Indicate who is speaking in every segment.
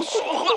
Speaker 1: 好不好？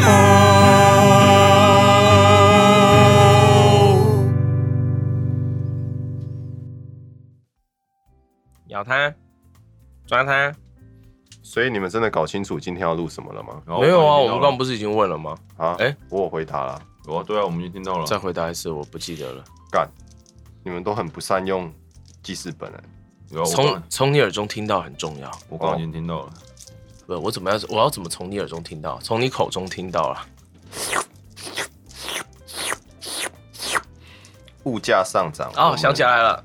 Speaker 2: 好？
Speaker 3: 咬它，抓它。
Speaker 2: 所以你们真的搞清楚今天要录什么了吗？
Speaker 3: 没有啊，我们
Speaker 4: 哦们
Speaker 3: 刚刚不是已经问了吗？
Speaker 2: 啊，
Speaker 3: 哎
Speaker 2: 我有回答了，
Speaker 4: 有啊，对啊，我们已经听到了。
Speaker 3: 再回答一次，我不记得了。
Speaker 2: 干，你们都很不善用记事本哎、
Speaker 4: 有啊，我刚
Speaker 3: 从从你耳中听到很重要。
Speaker 4: 我
Speaker 2: 哦
Speaker 4: 刚刚已经听到了。
Speaker 3: 不，我怎么样？我要怎么从你耳中听到？从你口中听到啊？
Speaker 2: 物价上涨
Speaker 4: 啊
Speaker 3: 哦，想起，来了，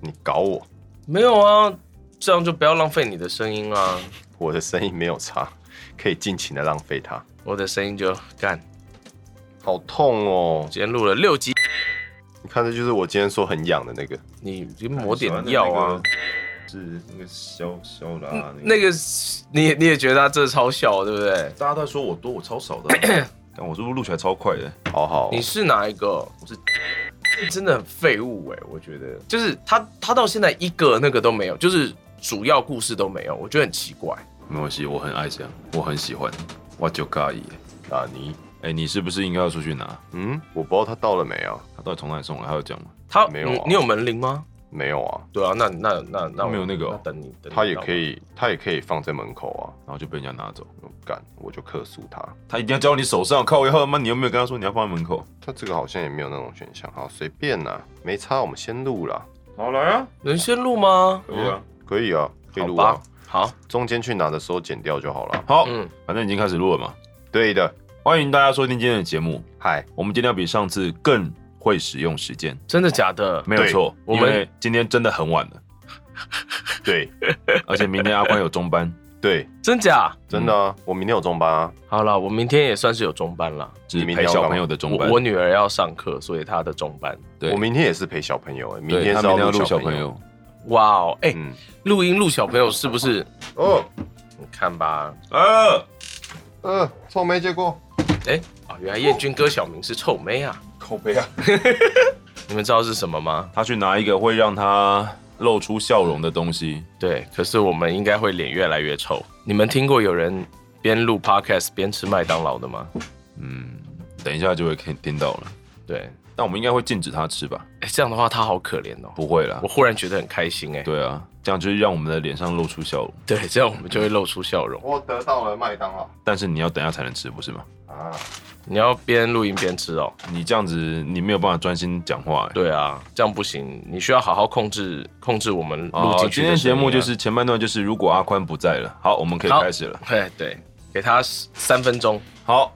Speaker 2: 你搞我，
Speaker 3: 没有啊，这样就不要浪费你的声音啊啦。
Speaker 2: 我的声音没有差， 可以尽情的浪费它。
Speaker 3: 我的声音就干，
Speaker 2: 好痛哦！
Speaker 3: 今天录了六集，
Speaker 2: 你看，这就是我今天说很痒的那个。
Speaker 3: 你你抹点药啊。
Speaker 4: 是那个肖肖的啊，那
Speaker 3: 那
Speaker 4: 个
Speaker 3: 个你也你也觉得他真的超笑，对不对？
Speaker 4: 大家都在说我多，我超 少的啊。但我是不是录起来超快的？
Speaker 2: 好好哦，
Speaker 3: 你是哪一个？我是真的很废物哎、我觉得就是他他到现在一个那个都没有，就是主要故事都没有，我觉得很奇怪。
Speaker 4: 没关系，我很爱这样，我很喜欢。我就咖喱。
Speaker 2: 啊你，
Speaker 4: 哎，你是不是应该要出去拿？
Speaker 2: 嗯，我不知道他到了没啊有，
Speaker 4: 他到底从哪里送来？他有讲吗？
Speaker 3: 他
Speaker 2: 没有啊
Speaker 3: 你，你有门铃吗？
Speaker 2: 没有啊，
Speaker 3: 对啊，那那那那我
Speaker 4: 没有那个哦
Speaker 3: 等你等你
Speaker 2: 他也可
Speaker 3: 以。
Speaker 2: 以，他也可以放在门口啊。
Speaker 4: 然后就被人家拿走。
Speaker 2: 我干，我就克诉他。
Speaker 4: 他一定要交你手上，靠以后他妈你又没有跟他说你要放在门口。
Speaker 2: 他这个好像也没有那种选项，好随便啦，没差，我们先录啦，
Speaker 4: 好来啊，
Speaker 3: 能先录吗？
Speaker 4: 可以啊。
Speaker 2: 可以啊，可以
Speaker 3: 好
Speaker 2: 录
Speaker 3: 吧
Speaker 2: 啊，，
Speaker 3: 好，
Speaker 2: 中间去拿的时候剪掉就好了。
Speaker 4: 好，
Speaker 3: 嗯，
Speaker 4: 反正已经开始录了嘛。
Speaker 2: 对的，
Speaker 4: 欢迎大家收听今天的节目。
Speaker 2: 嗨，
Speaker 4: 我们今天要比上次更会使用时间，
Speaker 3: 真的假的？
Speaker 4: 没有
Speaker 2: 对
Speaker 4: 错。
Speaker 3: 我
Speaker 4: 因
Speaker 3: 们
Speaker 4: 为今天真的很晚了，
Speaker 2: 对
Speaker 4: 而且明天阿宽有中班，
Speaker 2: 对，
Speaker 3: 真假？
Speaker 2: 真的
Speaker 4: 嗯
Speaker 2: 啊，我明天有中班啊，
Speaker 3: 好了，我明天也算是有中班了。
Speaker 4: 就是
Speaker 2: 明天
Speaker 4: 陪
Speaker 2: 要
Speaker 4: 小
Speaker 2: 干
Speaker 4: 朋
Speaker 2: 嘛
Speaker 4: 友的中班。
Speaker 3: 我我女儿要上课，所以她的中班。
Speaker 4: 对
Speaker 2: 我明天也是陪小朋友、欸，明
Speaker 4: 对
Speaker 2: 天
Speaker 4: 他
Speaker 2: 是
Speaker 4: 明天要
Speaker 2: 录
Speaker 4: 录小
Speaker 2: 朋
Speaker 4: 朋，友，
Speaker 3: 哇哦，哎、
Speaker 2: 嗯，
Speaker 3: 录音录小朋友是不是？
Speaker 2: 哦，
Speaker 3: 你看吧，
Speaker 4: 呃，
Speaker 2: 呃，臭没结果，
Speaker 3: 哎、啊，原来燕军哥小名是臭妹啊！
Speaker 4: 口碑啊。
Speaker 3: 你们知道是什么吗？
Speaker 4: 他去拿一个会让他露出笑容的东西，
Speaker 3: 对，可是我们应该会脸越来越臭。你们听过有人边录 podcast 边吃麦当劳的吗？
Speaker 4: 嗯，等一下就会听听到了。
Speaker 3: 对，
Speaker 4: 那我们应该会禁止他吃吧？
Speaker 3: 哎、这样的话他好可怜哦。
Speaker 4: 不会啦
Speaker 3: 我，忽然觉得很开心哎、
Speaker 4: 对啊，这样就是让我们的脸上露出笑容，
Speaker 3: 对，这样我们就会露出笑容。
Speaker 2: 我得到了麦当劳
Speaker 4: 但是你要等一下才能吃，不是吗？
Speaker 2: 啊，
Speaker 3: 你要边录音边吃哦。
Speaker 4: 你这样子你没有办法专心讲话、欸。
Speaker 3: 对啊，这样不行，你需要好好控制控制我们录
Speaker 4: 好，哦
Speaker 3: 进
Speaker 4: 今
Speaker 3: 去、
Speaker 4: 天节目就，是前半段，就是如果阿宽不在了，啊好，我们可以
Speaker 3: 好
Speaker 4: 开始了。
Speaker 3: 哎，对，给他三分钟。
Speaker 4: 好，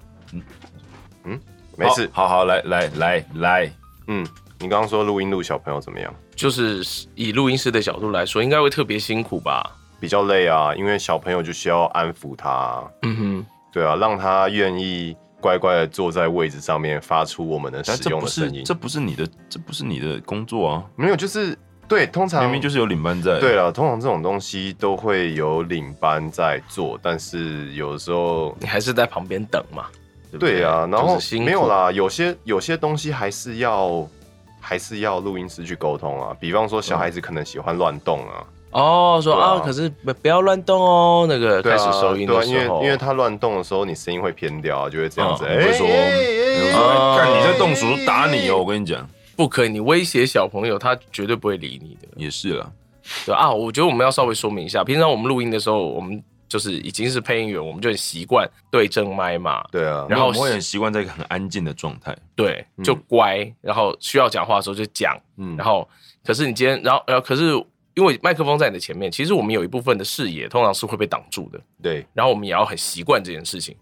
Speaker 2: 没事，
Speaker 4: 好，好好，来来来来，
Speaker 2: 嗯，你刚刚说录音录小朋友怎么样？
Speaker 3: 就是以录音师的角度来说，应该会特别辛苦吧？
Speaker 2: 比较累啊，因为小朋友就需要安抚他啊，
Speaker 3: 嗯哼。
Speaker 2: 对啊，让他愿意乖乖的坐在位置上面，发出我们能
Speaker 4: 但
Speaker 2: 使
Speaker 4: 这
Speaker 2: 用
Speaker 4: 不
Speaker 2: 的声音
Speaker 4: 是。这不是你的，这不是你的工作啊，
Speaker 2: 没有，就是对，通常
Speaker 4: 明明就是有领班在。
Speaker 2: 对啊了，通常这种东西都会有领班在做，但是有的时候。
Speaker 3: 你还是在旁边等嘛。对不
Speaker 2: 对啊，然后
Speaker 3: 就是辛苦
Speaker 2: 没有。啦，有些有些东西还是要还是要录音师去沟通啊，比方说小孩子可能喜欢乱动啊，
Speaker 3: 哦，说
Speaker 2: 对啊
Speaker 3: 啊，可是不不要乱动哦。那个
Speaker 2: 对
Speaker 3: 开
Speaker 2: 啊
Speaker 3: 始收音
Speaker 2: 对
Speaker 3: 的
Speaker 2: 啊，
Speaker 3: 时
Speaker 2: 因为
Speaker 3: 候，
Speaker 2: 因为他乱动的时候，你声音会偏掉啊，就会这样子。
Speaker 4: 嗯
Speaker 2: 哎
Speaker 4: 不会说
Speaker 2: 哎哎
Speaker 4: 比如
Speaker 2: 哎
Speaker 4: 说，
Speaker 3: 哎
Speaker 4: 看你
Speaker 2: 哎
Speaker 4: 在动手术打你
Speaker 2: 哎
Speaker 4: 哦，我跟你讲，
Speaker 3: 不可以，你威胁小朋友，他绝对不会理你的。
Speaker 4: 也是啦。
Speaker 3: 对啊，我觉得我们要稍微说明一下，平常我们录音的时候，我们就是已经是配音员，我们就很习惯对正麦嘛，
Speaker 2: 对啊，
Speaker 4: 然
Speaker 3: 然后
Speaker 4: 后我们会很习惯在一个很安静的状态，
Speaker 3: 对，就乖，然后需要讲话的时候就讲，
Speaker 2: 嗯
Speaker 3: 然后可是你今天，然后然呃后可是因为麦克风在你的前面，其实我们有一部分的视野通常是会被挡住的，
Speaker 2: 对，
Speaker 3: 然后我们也要很习惯这件事情。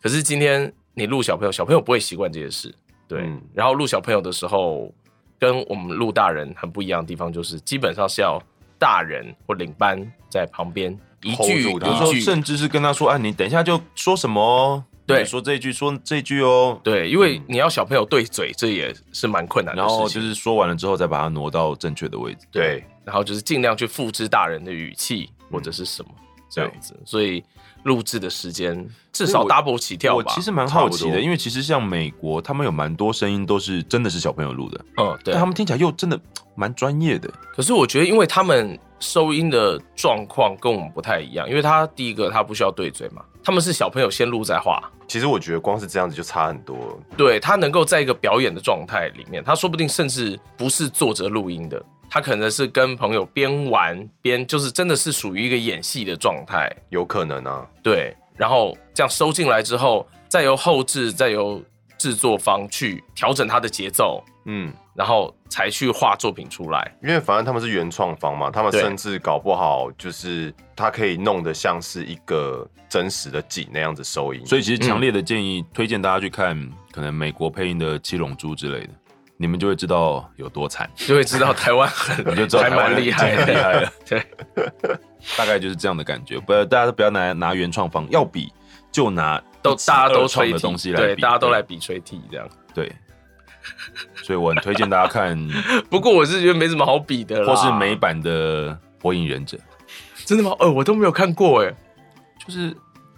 Speaker 3: 可是今天你录小朋友，小朋友不会习惯这些事，对。
Speaker 2: 嗯
Speaker 3: 然后录小朋友的时候，跟我们录大人很不一样的地方，就是基本上是要大人或领班在旁边一句
Speaker 2: Hold 住
Speaker 4: 有
Speaker 2: 他
Speaker 4: 时候
Speaker 3: 一句，
Speaker 4: 啊甚至是跟他说：“哎，你等一下就说什么哦，
Speaker 3: 对
Speaker 4: 你说这一句，说这一句哦。
Speaker 3: 对，因为你要小朋友对嘴，这也是蛮困难的
Speaker 4: 然
Speaker 3: 事情。
Speaker 4: 后就是说完了之后，再把它挪到正确的位置。
Speaker 3: 对，然后就是尽量去复制大人的语气或者是什么这样子，所以录制的时间至少
Speaker 4: 嗯所以我
Speaker 3: double 起跳
Speaker 4: 我
Speaker 3: 吧。
Speaker 4: 其实蛮好奇
Speaker 3: 差不
Speaker 4: 的，
Speaker 3: 多
Speaker 4: 因为其实像美国，他们有蛮多声音都是真的是小朋友录的，
Speaker 3: 嗯，对嗯
Speaker 4: 但。他们听起来又真的蛮专业的。
Speaker 3: 可是我觉得，因为他们收音的状况跟我们不太一样，因为他第一个他不需要对嘴嘛，他们是小朋友先录再画，
Speaker 2: 其实我觉得光是这样子就差很多。
Speaker 3: 对他能够在一个表演的状态里面，他说不定甚至不是坐着录音的，他可能是跟朋友边玩边，就是真的是属于一个演戏的状态，
Speaker 2: 有可能啊，
Speaker 3: 对，然后这样收进来之后，再由后置，再由制作方去调整它的节奏，
Speaker 2: 嗯，
Speaker 3: 然后才去画作品出来。
Speaker 2: 因为反正他们是原创方嘛，他们
Speaker 3: 对
Speaker 2: 甚至搞不好就是他可以弄得像是一个真实的景那样子收音，
Speaker 4: 所
Speaker 2: 以
Speaker 4: 以其实强烈的建议、推荐大家去看，可能美国配音的《七龙珠》之类的，你们就会知道有多惨，
Speaker 3: 就会知道台湾很，
Speaker 4: 你就知道
Speaker 3: 还
Speaker 4: 台湾
Speaker 3: 蛮厉害
Speaker 4: 真的厉害了。
Speaker 3: 对，
Speaker 4: 大概就是这样的感觉。不，大家都不要拿拿原创方，要比就拿
Speaker 3: 都
Speaker 4: 一起
Speaker 3: 大家都
Speaker 4: 二创
Speaker 3: 吹
Speaker 4: 的
Speaker 3: 替
Speaker 4: 东西来
Speaker 3: 对，
Speaker 4: 比
Speaker 3: 大家都来比吹替这样。
Speaker 4: 对。所以我很推荐大家 看，
Speaker 3: 不过我是觉得没什么好比的啦，
Speaker 4: 或是美版的《火影忍者》，
Speaker 3: 真的吗？呃，我都没有看过
Speaker 4: 嗯
Speaker 3: 哎，
Speaker 4: 就是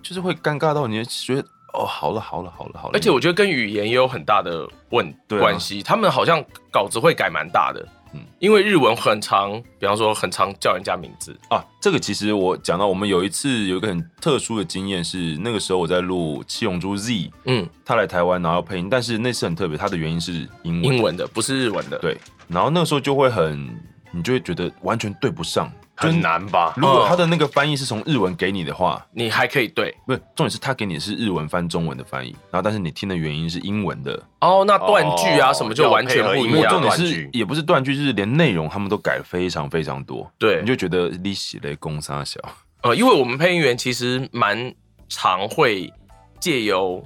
Speaker 4: 就是会尴尬到你觉得哦，好了好了好了好了，
Speaker 3: 而且我觉得跟语言也有很大的问
Speaker 4: 对啊
Speaker 3: 关系，他们好像稿子会改蛮大的，
Speaker 4: 嗯
Speaker 3: 因为日文很长，比方说很常叫人家名字，
Speaker 4: 啊，这个其实我讲到，我们有一次有一个很特殊的经验是，那个时候我在录《七龙珠 Z》，
Speaker 3: 嗯，
Speaker 4: 他来台湾然后要配音，但是那次很特别，他的原因是英文，
Speaker 3: 嗯英文的不是日文的，
Speaker 4: 对，然后那个时候就会很，你就会觉得完全对不上，就是
Speaker 2: 很。难吧？
Speaker 4: 如果他的那个翻译是从日文给你的话，
Speaker 3: 你还可以对
Speaker 4: 不是重点是他给你的是日文翻中文的翻译，然后但是你听的原因是英文的，
Speaker 3: 哦，那断句啊
Speaker 2: 哦
Speaker 3: 什么就完全不
Speaker 2: 要
Speaker 3: 一
Speaker 2: 配合英文
Speaker 4: 重
Speaker 3: 样。
Speaker 4: 点
Speaker 2: 断句
Speaker 4: 是也不是断句，就是连内容他们都改非常非常多，
Speaker 3: 对
Speaker 4: 你就觉得利息雷公杀小，
Speaker 3: 呃，因为我们配音员其实蛮常会借由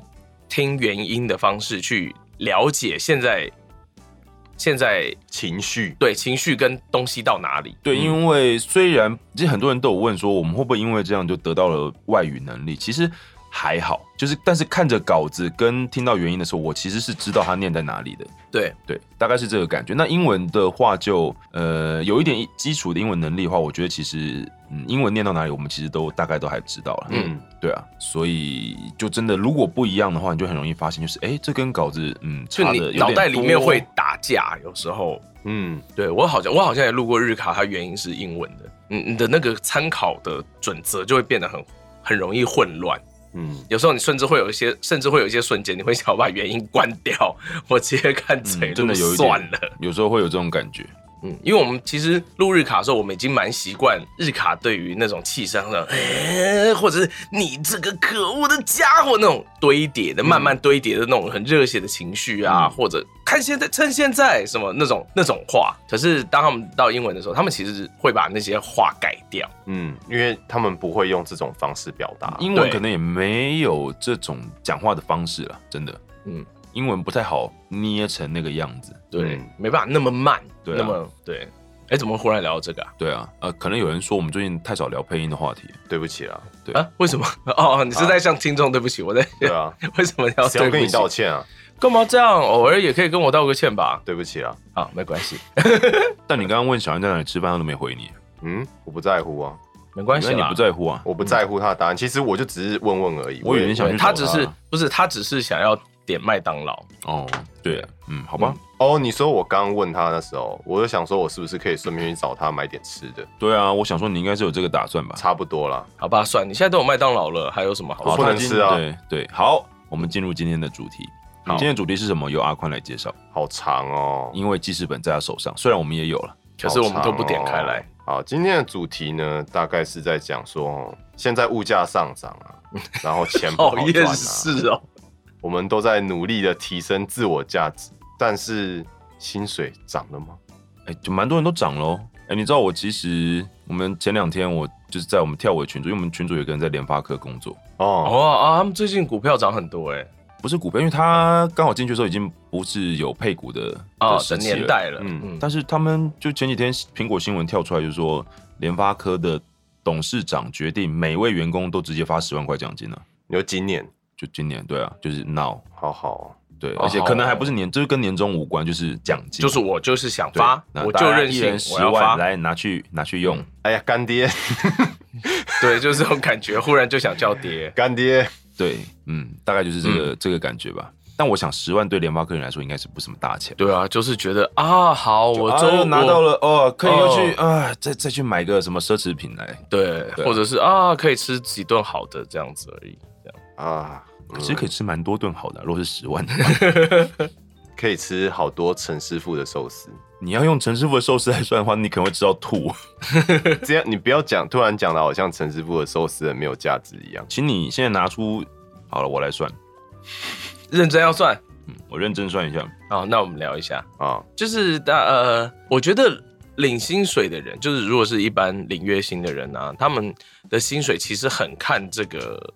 Speaker 3: 听原音的方式去了解现在现在
Speaker 2: 情绪
Speaker 3: 对情绪跟东西到哪里。
Speaker 4: 对，因为虽然其实很多人都有问说，我们会不会因为这样就得到了外语能力？其实还好，就是但是看着稿子跟听到原因的时候，我其实是知道他念在哪里的。
Speaker 3: 对，
Speaker 4: 对，大概是这个感觉。那英文的话就，呃有一点基础的英文能力的话，我觉得其实嗯，英文念到哪里，我们其实都大概都还知道了。嗯
Speaker 3: 嗯，
Speaker 4: 对啊，所以就真的如果不一样的话，你就很容易发现，就是哎、诶这跟稿子嗯
Speaker 3: 就
Speaker 4: 差的
Speaker 3: 你脑袋里面会打架，有时候。
Speaker 2: 嗯，
Speaker 3: 对我好像我好像也录过日卡，它原因是英文的，嗯，你的那个参考的准则就会变得很很容易混乱。
Speaker 2: 嗯，
Speaker 3: 有时候你甚至会有一些，甚至会有一些瞬间，你会想要把原因关掉，我直接看嘴、
Speaker 4: 嗯真的有一点
Speaker 3: 算了。
Speaker 4: 有时候会有这种感觉。
Speaker 3: 嗯，因为我们其实录日卡的时候，我们已经蛮习惯日卡对于那种气声的，哎或者是你这个可恶的家伙那种堆叠
Speaker 2: 嗯
Speaker 3: 的、慢慢堆叠的那种很热血的情绪啊，或者看现在趁现在什么那种那种话。可是当他们到英文的时候，他们其实会把那些话改掉。
Speaker 2: 嗯，因为他们不会用这种方式表达，
Speaker 4: 英文
Speaker 3: 对
Speaker 4: 可能也没有这种讲话的方式了，真的，嗯
Speaker 3: 嗯，
Speaker 4: 英文不太好捏成那个样子。
Speaker 3: 对，
Speaker 2: 嗯
Speaker 3: 没办法那么慢，
Speaker 4: 对啊
Speaker 3: 那么对。哎，怎么忽然聊到这个啊？
Speaker 4: 对啊，呃，可能有人说我们最近太少聊配音的话题，
Speaker 2: 对不起啦，
Speaker 4: 对
Speaker 3: 啊，为什 么？哦，你是在向听众对不起，我在
Speaker 2: 对啊，
Speaker 3: 为什么要
Speaker 2: 谁要跟
Speaker 3: 对不
Speaker 2: 你
Speaker 3: 起
Speaker 2: 道？歉啊？
Speaker 3: 干嘛这样？偶尔也可以跟我道个歉吧。
Speaker 2: 对不起啦，
Speaker 3: 啊，没关系，
Speaker 4: 但你刚刚问小安在哪里吃饭，他都没回你，
Speaker 2: 嗯，我不在乎啊，
Speaker 3: 没关
Speaker 4: 因
Speaker 3: 系
Speaker 4: 为你
Speaker 3: 啦
Speaker 4: 不在乎啊。
Speaker 2: 我不在乎他的答案，其实我就只是问问而已。
Speaker 4: 我以为你
Speaker 2: 也
Speaker 4: 想去
Speaker 3: 对
Speaker 4: 找
Speaker 3: 他只是不是他只是想要点麦当劳，
Speaker 4: 哦，对啊，嗯，好吧，
Speaker 2: 哦，你说我刚问他那时候，我就想说，我是不是可以顺便去找他买点吃的？
Speaker 4: 对啊，我想说你应该是有这个打算吧？
Speaker 2: 差不多啦，
Speaker 3: 好吧，算你现在都有麦当劳了，还有什么好
Speaker 2: 我
Speaker 4: 好，
Speaker 3: 说？
Speaker 2: 不能
Speaker 4: 那今
Speaker 2: 吃啊
Speaker 4: 对对，好，我们进入今天的主题。今天的主题是什么？由阿宽来介绍，
Speaker 2: 好长哦。
Speaker 4: 因为记事本在他手上，虽然我们也有了，
Speaker 3: 可是我们都不点开来，
Speaker 2: 好，今天的主题呢，大概是在讲说，哦现在物价上涨啊，然后钱 不好
Speaker 3: 讨
Speaker 2: 赚
Speaker 3: 厌
Speaker 2: 啊，
Speaker 3: 是哦，
Speaker 2: 我们都在努力的提升自我价值，但是薪水涨了吗？
Speaker 4: 哎、就蛮多人都涨喽。哎、你知道我其实我们前两天我就是在我们跳舞的群组，因为我们群组有个人在联发科工作，
Speaker 2: 哦，
Speaker 3: 哦啊，他们最近股票涨很多哎，
Speaker 4: 不是股票，因为他刚好进去的时候已经不是有配股的
Speaker 3: 啊
Speaker 4: 的，时
Speaker 3: 的
Speaker 4: 期
Speaker 3: 年
Speaker 4: 了
Speaker 3: 代了，
Speaker 2: 嗯
Speaker 3: 嗯嗯，
Speaker 4: 但是他们就前几天苹果新闻跳出来，就说联发科的董事长决定每位员工都直接发十万块奖金了、
Speaker 2: 有几年？
Speaker 4: 就今年对啊，就是闹
Speaker 2: 好好哦，
Speaker 4: 对，
Speaker 3: 好哦
Speaker 4: 而且可能还不是年，就是跟年终无关，就是奖金，
Speaker 3: 就是我就是想
Speaker 4: 对
Speaker 3: 发，
Speaker 4: 那
Speaker 3: 我
Speaker 4: 大
Speaker 3: 就
Speaker 4: 家
Speaker 3: 任
Speaker 4: 一
Speaker 3: 性
Speaker 4: 人，十
Speaker 3: 我要
Speaker 4: 万
Speaker 3: 发。 嗯
Speaker 4: 来拿去拿去用，
Speaker 2: 哎呀，干爹，
Speaker 3: 对，就是这种感觉，忽然就想叫爹。
Speaker 2: 干爹，
Speaker 4: 对，嗯，大概就是这个、这个感觉吧。但我想十万对联发科人来说应该是不什么大钱。
Speaker 3: 对啊，就是觉得啊，好，我
Speaker 4: 啊
Speaker 3: 周、
Speaker 4: 又拿到
Speaker 3: 了，
Speaker 4: 了哦，可以又去
Speaker 3: 哦
Speaker 4: 啊，再再去买个什么奢侈品来。
Speaker 3: 对，
Speaker 4: 对啊
Speaker 3: 或者是啊，可以吃几顿好的这样子而已。
Speaker 2: 啊，嗯
Speaker 4: 其实可以吃蛮多顿好的啊、如果是十万的话，
Speaker 2: 可以吃好多陈师傅的寿司。
Speaker 4: 你要用陈师傅的寿司来算的话，你可能会吃到吐。
Speaker 2: 这样你不要讲，突然讲的好像陈师傅的寿司很没有价值一样。
Speaker 4: 请你现在拿出，好了，我来算，
Speaker 3: 认真要算
Speaker 4: 嗯，我认真算一下。
Speaker 3: 好，那我们聊一下，
Speaker 2: 啊，
Speaker 3: 就是大呃，我觉得领薪水的人，就是如果是一般领月薪的人啊，他们的薪水其实很看这个，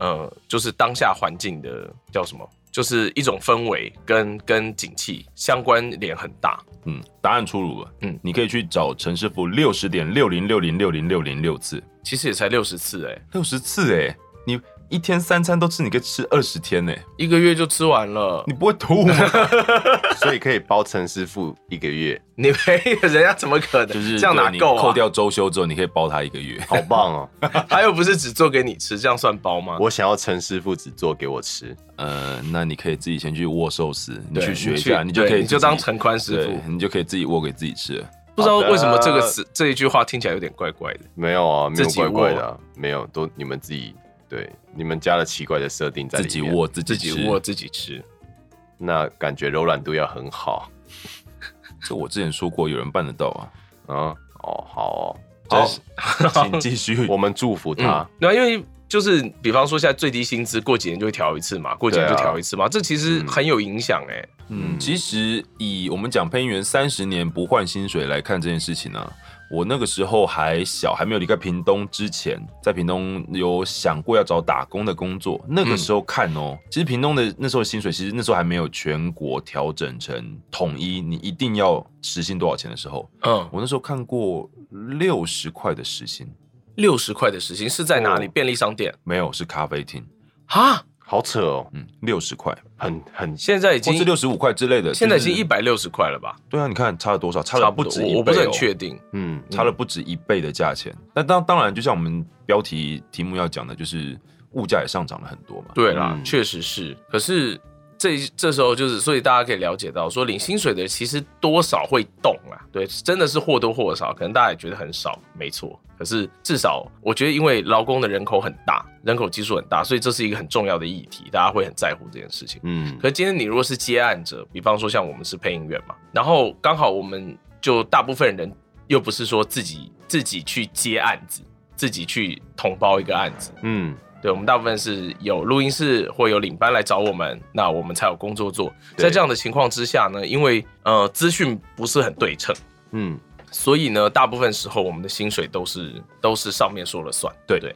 Speaker 3: 呃，就是当下环境的叫什么，就是一种氛围跟跟景气相关联很大。
Speaker 4: 嗯，答案出炉了。嗯
Speaker 3: 嗯，
Speaker 4: 你可以去找陈师傅六十点六零六零六零六零六次，
Speaker 3: 其实也才六十次哎、
Speaker 4: 六十次哎、你一天三餐都吃，你可以吃二十天呢、哎
Speaker 3: 一个月就吃完了
Speaker 4: 你。不会吐吗？
Speaker 2: 所以可以包陈师傅一个月，
Speaker 3: 你没有，人家怎么可能？
Speaker 4: 就是
Speaker 3: 这样哪
Speaker 4: 对你
Speaker 3: 够啊？
Speaker 4: 扣掉周休之后，你可以包他一个月。
Speaker 2: 好棒哦！
Speaker 3: 他又不是只做给你吃，这样算包吗？
Speaker 2: 我想要陈师傅只做给我吃，
Speaker 4: 呃，那你可以自己先去握寿司，你
Speaker 3: 对
Speaker 4: 去学一
Speaker 3: 你去
Speaker 4: 下，你就可以
Speaker 3: 对你就当
Speaker 4: 自己
Speaker 3: 陈宽师
Speaker 4: 对
Speaker 3: 傅。
Speaker 4: 你就可以自己握给自己吃了。
Speaker 3: 不知道为什么这个
Speaker 2: 好的
Speaker 3: 词这一句话听起来有点怪怪的。
Speaker 2: 没有啊，没
Speaker 3: 自
Speaker 2: 有
Speaker 3: 己
Speaker 2: 怪怪的、啊，没有，都你们自己对，你们加了奇怪的设定在
Speaker 4: 自
Speaker 2: 里
Speaker 4: 己
Speaker 2: 面，
Speaker 4: 握自己
Speaker 3: 自
Speaker 4: 吃
Speaker 3: 己握，自己吃，
Speaker 2: 那感觉柔软度要很好
Speaker 4: 这我之前说过，有人办得到 啊。
Speaker 2: 啊。哦，好哦，
Speaker 4: 好，请继续。
Speaker 2: 我们祝福他
Speaker 3: 嗯。，对啊，因为就是比方说现在最低薪资过几年就会调一次嘛，过几年就
Speaker 2: 对啊
Speaker 3: 调一次嘛，这其实很有影响哎、
Speaker 4: 嗯，其实以我们讲配音员三十年不换薪水来看这件事情呢、我那个时候还小，还没有离开屏东之前，在屏东有想过要找打工的工作。那个时候看哦，其实屏东的那时候的薪水，其实那时候还没有全国调整成统一，你一定要时薪多少钱的时候，
Speaker 3: 嗯，
Speaker 4: 我那时候看过六十块的时薪，
Speaker 3: 六十块的时薪是在哪里？
Speaker 2: 哦
Speaker 3: 便利商店
Speaker 4: 没有是咖啡厅，
Speaker 3: 啊？
Speaker 2: 好扯哦，
Speaker 4: 嗯，六十块
Speaker 2: 很很
Speaker 3: 现在已
Speaker 4: 或
Speaker 3: 经
Speaker 4: 是六十五块之类的，
Speaker 3: 现在已经
Speaker 4: 就是
Speaker 3: 一百六十块了吧？
Speaker 4: 对啊，你看差了多少？差了
Speaker 3: 差不
Speaker 4: 止
Speaker 3: 多，
Speaker 4: 一倍、哦
Speaker 3: 我我不是很确定。
Speaker 2: 嗯，
Speaker 4: 差了不止一倍的价钱。那当当然，就像我们标题题目要讲的，就是物价也上涨了很多嘛。
Speaker 3: 对啦
Speaker 2: 嗯，
Speaker 3: 确、实是。可是这这时候就是，所以大家可以了解到，说领薪水的其实多少会动啊，对，真的是或多或少，可能大家也觉得很少，没错。可是至少我觉得，因为劳工的人口很大，人口基数很大，所以这是一个很重要的议题，大家会很在乎这件事情。
Speaker 2: 嗯
Speaker 3: 可是今天你如果是接案者，比方说像我们是配音员嘛，然后刚好我们就大部分人又不是说自己自己去接案子，自己去统包一个案子，
Speaker 2: 嗯，
Speaker 3: 对，我们大部分是有录音室或有领班来找我们，那我们才有工作做。
Speaker 2: 对
Speaker 3: 在这样的情况之下呢，因为呃资讯不是很对称，
Speaker 2: 嗯，
Speaker 3: 所以呢，大部分时候我们的薪水都是都是上面说了算。
Speaker 4: 对
Speaker 3: 对，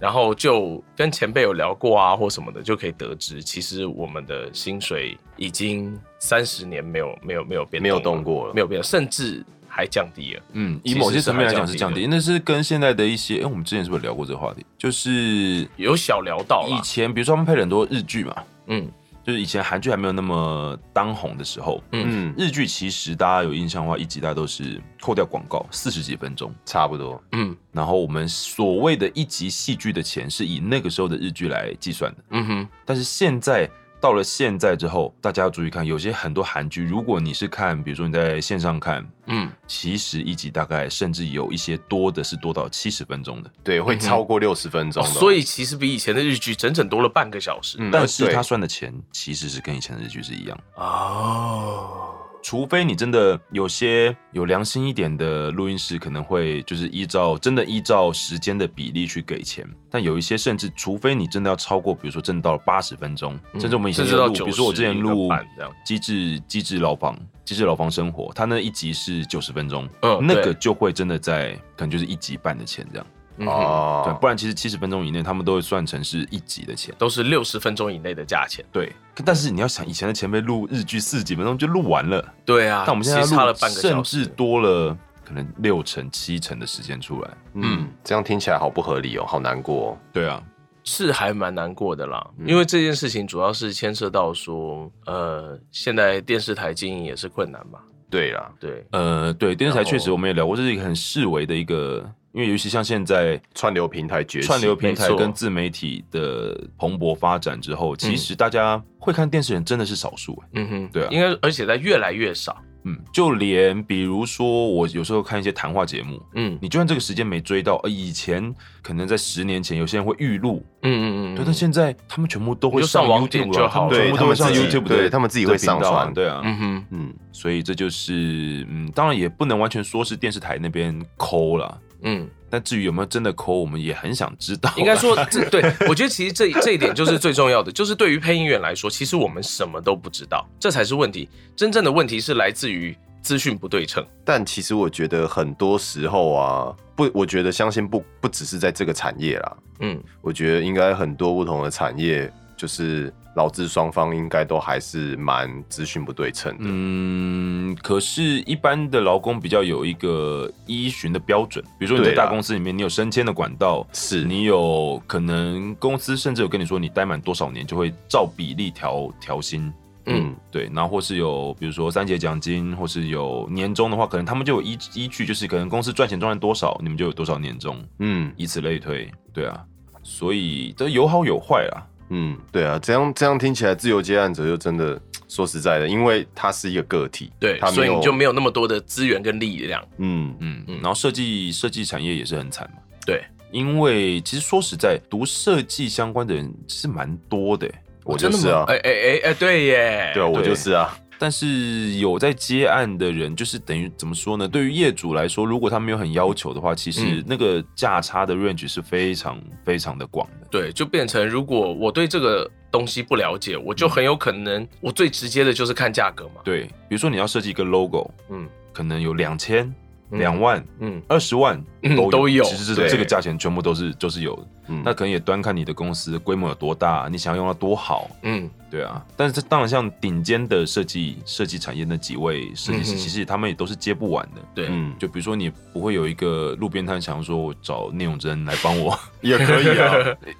Speaker 3: 然后就跟前辈有聊过啊或什么的，就可以得知，其实我们的薪水已经三十年没有没有没有变
Speaker 2: 没有
Speaker 3: 动
Speaker 2: 动过了
Speaker 3: 没有变，甚至还降低了。
Speaker 4: 嗯，
Speaker 3: 其
Speaker 4: 以
Speaker 3: 实
Speaker 4: 某些层面来讲是降
Speaker 3: 是
Speaker 4: 低，那是跟现在的一些，哎、我们之前是不是聊过这个话题？就是
Speaker 3: 有小聊到
Speaker 4: 以
Speaker 3: 啦，
Speaker 4: 前，比如说他们配了很多日剧嘛，
Speaker 3: 嗯
Speaker 4: 就是以前韩剧还没有那么当红的时候，
Speaker 3: 嗯，
Speaker 2: 嗯，
Speaker 4: 日剧其实大家有印象的话，一集大家都是扣掉广告四十几分钟。
Speaker 2: 差不多，
Speaker 3: 嗯
Speaker 4: 然后我们所谓的一集戏剧的钱是以那个时候的日剧来计算的，
Speaker 3: 嗯哼，
Speaker 4: 但是现在到了现在之后，大家要注意看，有些很多韩剧，如果你是看，比如说你在线上看，
Speaker 3: 嗯，
Speaker 4: 其实一集大概甚至有一些多的是多到七十分钟的，
Speaker 2: 对，会超过六十分钟
Speaker 3: 哦
Speaker 2: 的哦、
Speaker 3: 所以其实比以前的日剧整整多了半个小时。
Speaker 2: 嗯，
Speaker 4: 但是
Speaker 2: 对
Speaker 4: 他算的钱其实是跟以前的日剧是一样的，
Speaker 3: 哦，
Speaker 4: 除非你真的有些有良心一点的录音师可能会就是依照真的依照时间的比例去给钱，但有一些甚至除非你真的要超过，比如说真的到了八十分钟，甚至我们以前
Speaker 3: 嗯甚至到
Speaker 4: 录，比如说我之前
Speaker 3: 90一
Speaker 4: 录
Speaker 3: 个半这样
Speaker 4: 机制机制牢房，机制牢房生活，它那一集是九十分钟，
Speaker 3: 嗯
Speaker 4: 那
Speaker 3: 对
Speaker 4: 个就会真的在可能就是一集半的钱这样，
Speaker 3: 嗯哼
Speaker 4: 对，
Speaker 2: 哦，
Speaker 4: 不然其实七十分钟以内他们都会算成是一集的钱，
Speaker 3: 都是六十分钟以内的价钱。
Speaker 4: 对。可但是你要想，以前的前辈录日剧四十几分钟就录完了，
Speaker 3: 对啊，
Speaker 4: 但我们现在
Speaker 3: 其实差了
Speaker 4: 录
Speaker 3: 半个
Speaker 4: 甚
Speaker 3: 小
Speaker 4: 至
Speaker 3: 时。
Speaker 4: 多了可能六成七成的时间出来，
Speaker 2: 嗯，这样听起来好不合理哦，好难过、哦。
Speaker 4: 对啊，
Speaker 3: 是还蛮难过的啦，因为这件事情主要是牵涉到说，呃，现在电视台经营也是困难嘛，
Speaker 2: 对啦，
Speaker 3: 对，
Speaker 4: 呃，对，电视台
Speaker 3: 然后
Speaker 4: 确实我们也聊过，这是一个很视为的一个，因为尤其像现在
Speaker 2: 串流平台崛起，
Speaker 4: 串流平
Speaker 3: 没
Speaker 4: 台
Speaker 3: 错
Speaker 4: 跟自媒体的蓬勃发展之后，其实大家会看电视人真的是少数、欸
Speaker 3: 嗯哼，
Speaker 4: 对啊
Speaker 3: 应该而且在越来越少，
Speaker 4: 嗯，就连比如说我有时候看一些谈话节目，
Speaker 3: 嗯
Speaker 4: 你就算这个时间没追到，呃，以前可能在十年前有些人会预录，
Speaker 3: 嗯嗯嗯，
Speaker 4: 对，但现在他们全部都会
Speaker 3: 你就上网点
Speaker 4: YouTube
Speaker 3: 就
Speaker 4: 啊
Speaker 3: 好了
Speaker 4: 他
Speaker 2: 对
Speaker 4: 们全部都会
Speaker 2: 他
Speaker 4: 上
Speaker 2: 们自己
Speaker 4: YouTube，的
Speaker 2: 对他们自己会上传
Speaker 4: 的频道啊对啊，
Speaker 3: 嗯哼，
Speaker 2: 嗯，
Speaker 4: 所以这就是嗯，当然也不能完全说是电视台那边抠啦，
Speaker 3: 嗯，
Speaker 4: 但至于有没有真的抠，我们也很想知道。
Speaker 3: 应该说这对我觉得其实这这一点就是最重要的，就是对于配音员来说，其实我们什么都不知道，这才是问题。真正的问题是来自于资讯不对称，
Speaker 2: 但其实我觉得很多时候啊，不，我觉得相信不不只是在这个产业啦，
Speaker 3: 嗯
Speaker 2: 我觉得应该很多不同的产业，就是劳资双方应该都还是蛮资讯不对称的。
Speaker 4: 嗯，可是，一般的劳工比较有一个依循的标准，比如说你在
Speaker 2: 对啦
Speaker 4: 大公司里面，你有升迁的管道，
Speaker 2: 是
Speaker 4: 你有可能公司甚至有跟你说，你待满多少年就会照比例调调薪，
Speaker 3: 嗯
Speaker 2: 嗯，
Speaker 4: 对，然后或是有比如说三节奖金，或是有年终的话，可能他们就有依依据，就是可能公司赚钱赚了多少，你们就有多少年终，
Speaker 2: 嗯
Speaker 4: 以此类推，对啊，所以这有好有坏啦，
Speaker 2: 嗯，对啊，这样这样听起来，自由接案者就真的说实在的，因为他是一个个体，
Speaker 3: 对，
Speaker 2: 他
Speaker 3: 所以你就没
Speaker 2: 有，
Speaker 3: 有那么多的资源跟力量，
Speaker 2: 嗯
Speaker 4: 嗯，
Speaker 3: 嗯
Speaker 4: 然后设计设计产业也是很惨嘛。
Speaker 3: 对，
Speaker 4: 因为其实说实在，读设计相关的人其实蛮多的，欸
Speaker 2: 我就是啊，
Speaker 3: 哎哎哎哎，对耶，
Speaker 2: 对啊，我
Speaker 4: 对
Speaker 2: 就是啊，
Speaker 4: 但是有在接案的人，就是等于怎么说呢？对于业主来说，如果他没有很要求的话，其实
Speaker 3: 嗯
Speaker 4: 那个价差的 range 是非常非常的广的。
Speaker 3: 对，就变成如果我对这个东西不了解，我就很有可能，我最直接的就是看价格嘛。
Speaker 4: 对，比如说你要设计一个 logo，
Speaker 3: 嗯
Speaker 4: 可能有两千、
Speaker 3: 嗯
Speaker 4: 两万、
Speaker 3: 嗯，
Speaker 4: 二十万
Speaker 3: 嗯
Speaker 4: 都
Speaker 3: 都有
Speaker 4: 其实这
Speaker 2: 对
Speaker 4: 这个价钱全部都是都是有的。
Speaker 2: 嗯，
Speaker 4: 那可能也端看你的公司规模有多大，你想要用到多好。
Speaker 3: 嗯
Speaker 4: 对啊，但是这当然像顶尖的设计设计产业那几位设计师，
Speaker 3: 嗯哼
Speaker 4: 其实他们也都是接不完的。
Speaker 3: 对，
Speaker 2: 嗯
Speaker 4: 就比如说你不会有一个路边摊想说我找聂永真来帮我，
Speaker 2: 也可以 啊，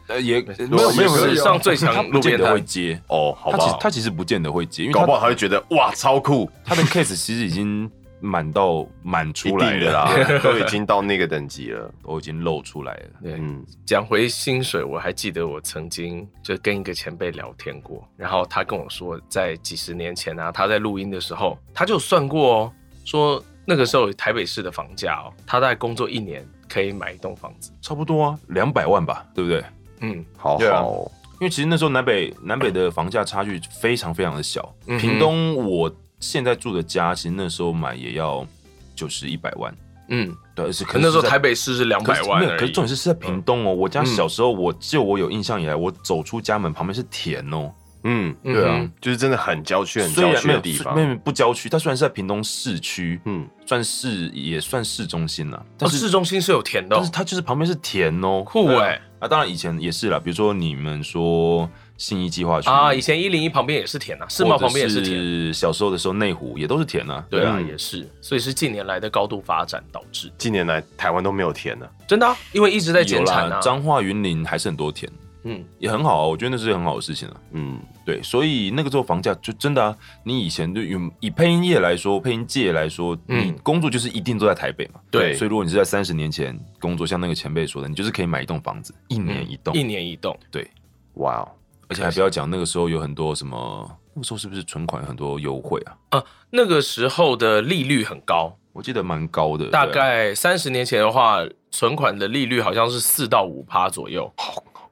Speaker 4: 呃也
Speaker 2: 如
Speaker 4: 没
Speaker 2: 果
Speaker 4: 有没有
Speaker 2: 是
Speaker 4: 没有
Speaker 3: 史上最强
Speaker 4: 他不见
Speaker 3: 路边
Speaker 4: 得
Speaker 3: 摊
Speaker 4: 会接，
Speaker 2: 哦，好
Speaker 4: 他
Speaker 2: 吧
Speaker 4: 其，他其实不见得会接，因为
Speaker 2: 搞不好
Speaker 4: 他
Speaker 2: 他会觉得哇，超酷，
Speaker 4: 他的 case 其实已经满到 满
Speaker 2: 一
Speaker 4: 出来
Speaker 2: 定的
Speaker 4: 了
Speaker 2: 啦，都已经到那个等级了，
Speaker 4: 都已经露出来了。
Speaker 3: 对
Speaker 2: 嗯，
Speaker 3: 讲回薪水，我还记得我曾经就跟一个前辈聊天过，然后他跟我说，在几十年前啊，他在录音的时候，他就算过哦，说那个时候台北市的房价哦，他大概工作一年可以买一栋房子。
Speaker 4: 差不多啊，两百万吧，对不对？
Speaker 3: 嗯，
Speaker 2: 好
Speaker 4: 对啊
Speaker 2: 好哦，
Speaker 4: 因为其实那时候南北南北的房价差距非常非常的小，
Speaker 3: 嗯哼
Speaker 4: 屏东我现在住的家，其实那时候买也要九十一百万，
Speaker 3: 嗯，
Speaker 4: 对，而且可
Speaker 3: 可
Speaker 4: 能
Speaker 3: 那时候
Speaker 4: 是在
Speaker 3: 台北市是两
Speaker 4: 可
Speaker 3: 百
Speaker 4: 是
Speaker 3: 万
Speaker 4: 没有
Speaker 3: 而已嗯
Speaker 4: 可是重点是是在屏东哦，我家小时候我就我有印象以来，我走出家门旁边是田哦，
Speaker 2: 嗯，
Speaker 3: 对
Speaker 4: 啊
Speaker 2: 就是真的很郊区、很
Speaker 4: 虽
Speaker 2: 郊
Speaker 4: 然
Speaker 2: 区
Speaker 4: 没
Speaker 2: 的
Speaker 4: 有
Speaker 2: 地
Speaker 4: 没有
Speaker 2: 方，
Speaker 4: 没有不郊区，它虽然是在屏东市区，
Speaker 2: 嗯，
Speaker 4: 算是也算市中心了，
Speaker 3: 哦，
Speaker 4: 但是、
Speaker 3: 市中心是有田的、
Speaker 4: 但
Speaker 3: 哦
Speaker 4: 是，它就是旁边是田哦，
Speaker 3: 酷
Speaker 4: 对
Speaker 3: 欸
Speaker 4: 啊啊，当然以前也是啦，比如说你们说信义计划区
Speaker 3: 啊，以前一零一旁边也是田啊，世贸旁边也是田。，
Speaker 4: 小时候的时候内湖也都是田啊，
Speaker 3: 对啊，
Speaker 2: 嗯
Speaker 3: 也是，所以是近年来的高度发展导致，
Speaker 2: 近年来台湾都没有田了，
Speaker 3: 真的、啊，因为一直在减
Speaker 4: 有
Speaker 3: 产
Speaker 4: 啦
Speaker 3: 啊。
Speaker 4: 彰化云林还是很多田，
Speaker 3: 嗯
Speaker 4: 也很好啊，我觉得那是很好的事情啊。
Speaker 2: 嗯，
Speaker 4: 对，所以那个时候房价就真的啊，你以前对于以配音业来说，配音界来说，
Speaker 3: 嗯
Speaker 4: 你工作就是一定都在台北嘛。
Speaker 3: 对
Speaker 4: 所以如果你是在三十年前工作，像那个前辈说的，你就是可以买一栋房子，一年一栋，
Speaker 3: 一年一栋，
Speaker 4: 对，
Speaker 2: 哇哦，
Speaker 4: 而且还不要讲那个时候有很多什么，那个时候是不是存款有很多优惠啊？
Speaker 3: 那个时候的利率很高，
Speaker 4: 我记得蛮高的，
Speaker 3: 大
Speaker 4: 对啊
Speaker 3: 概三十年前的话，存款的利率好像是四到五趴左右。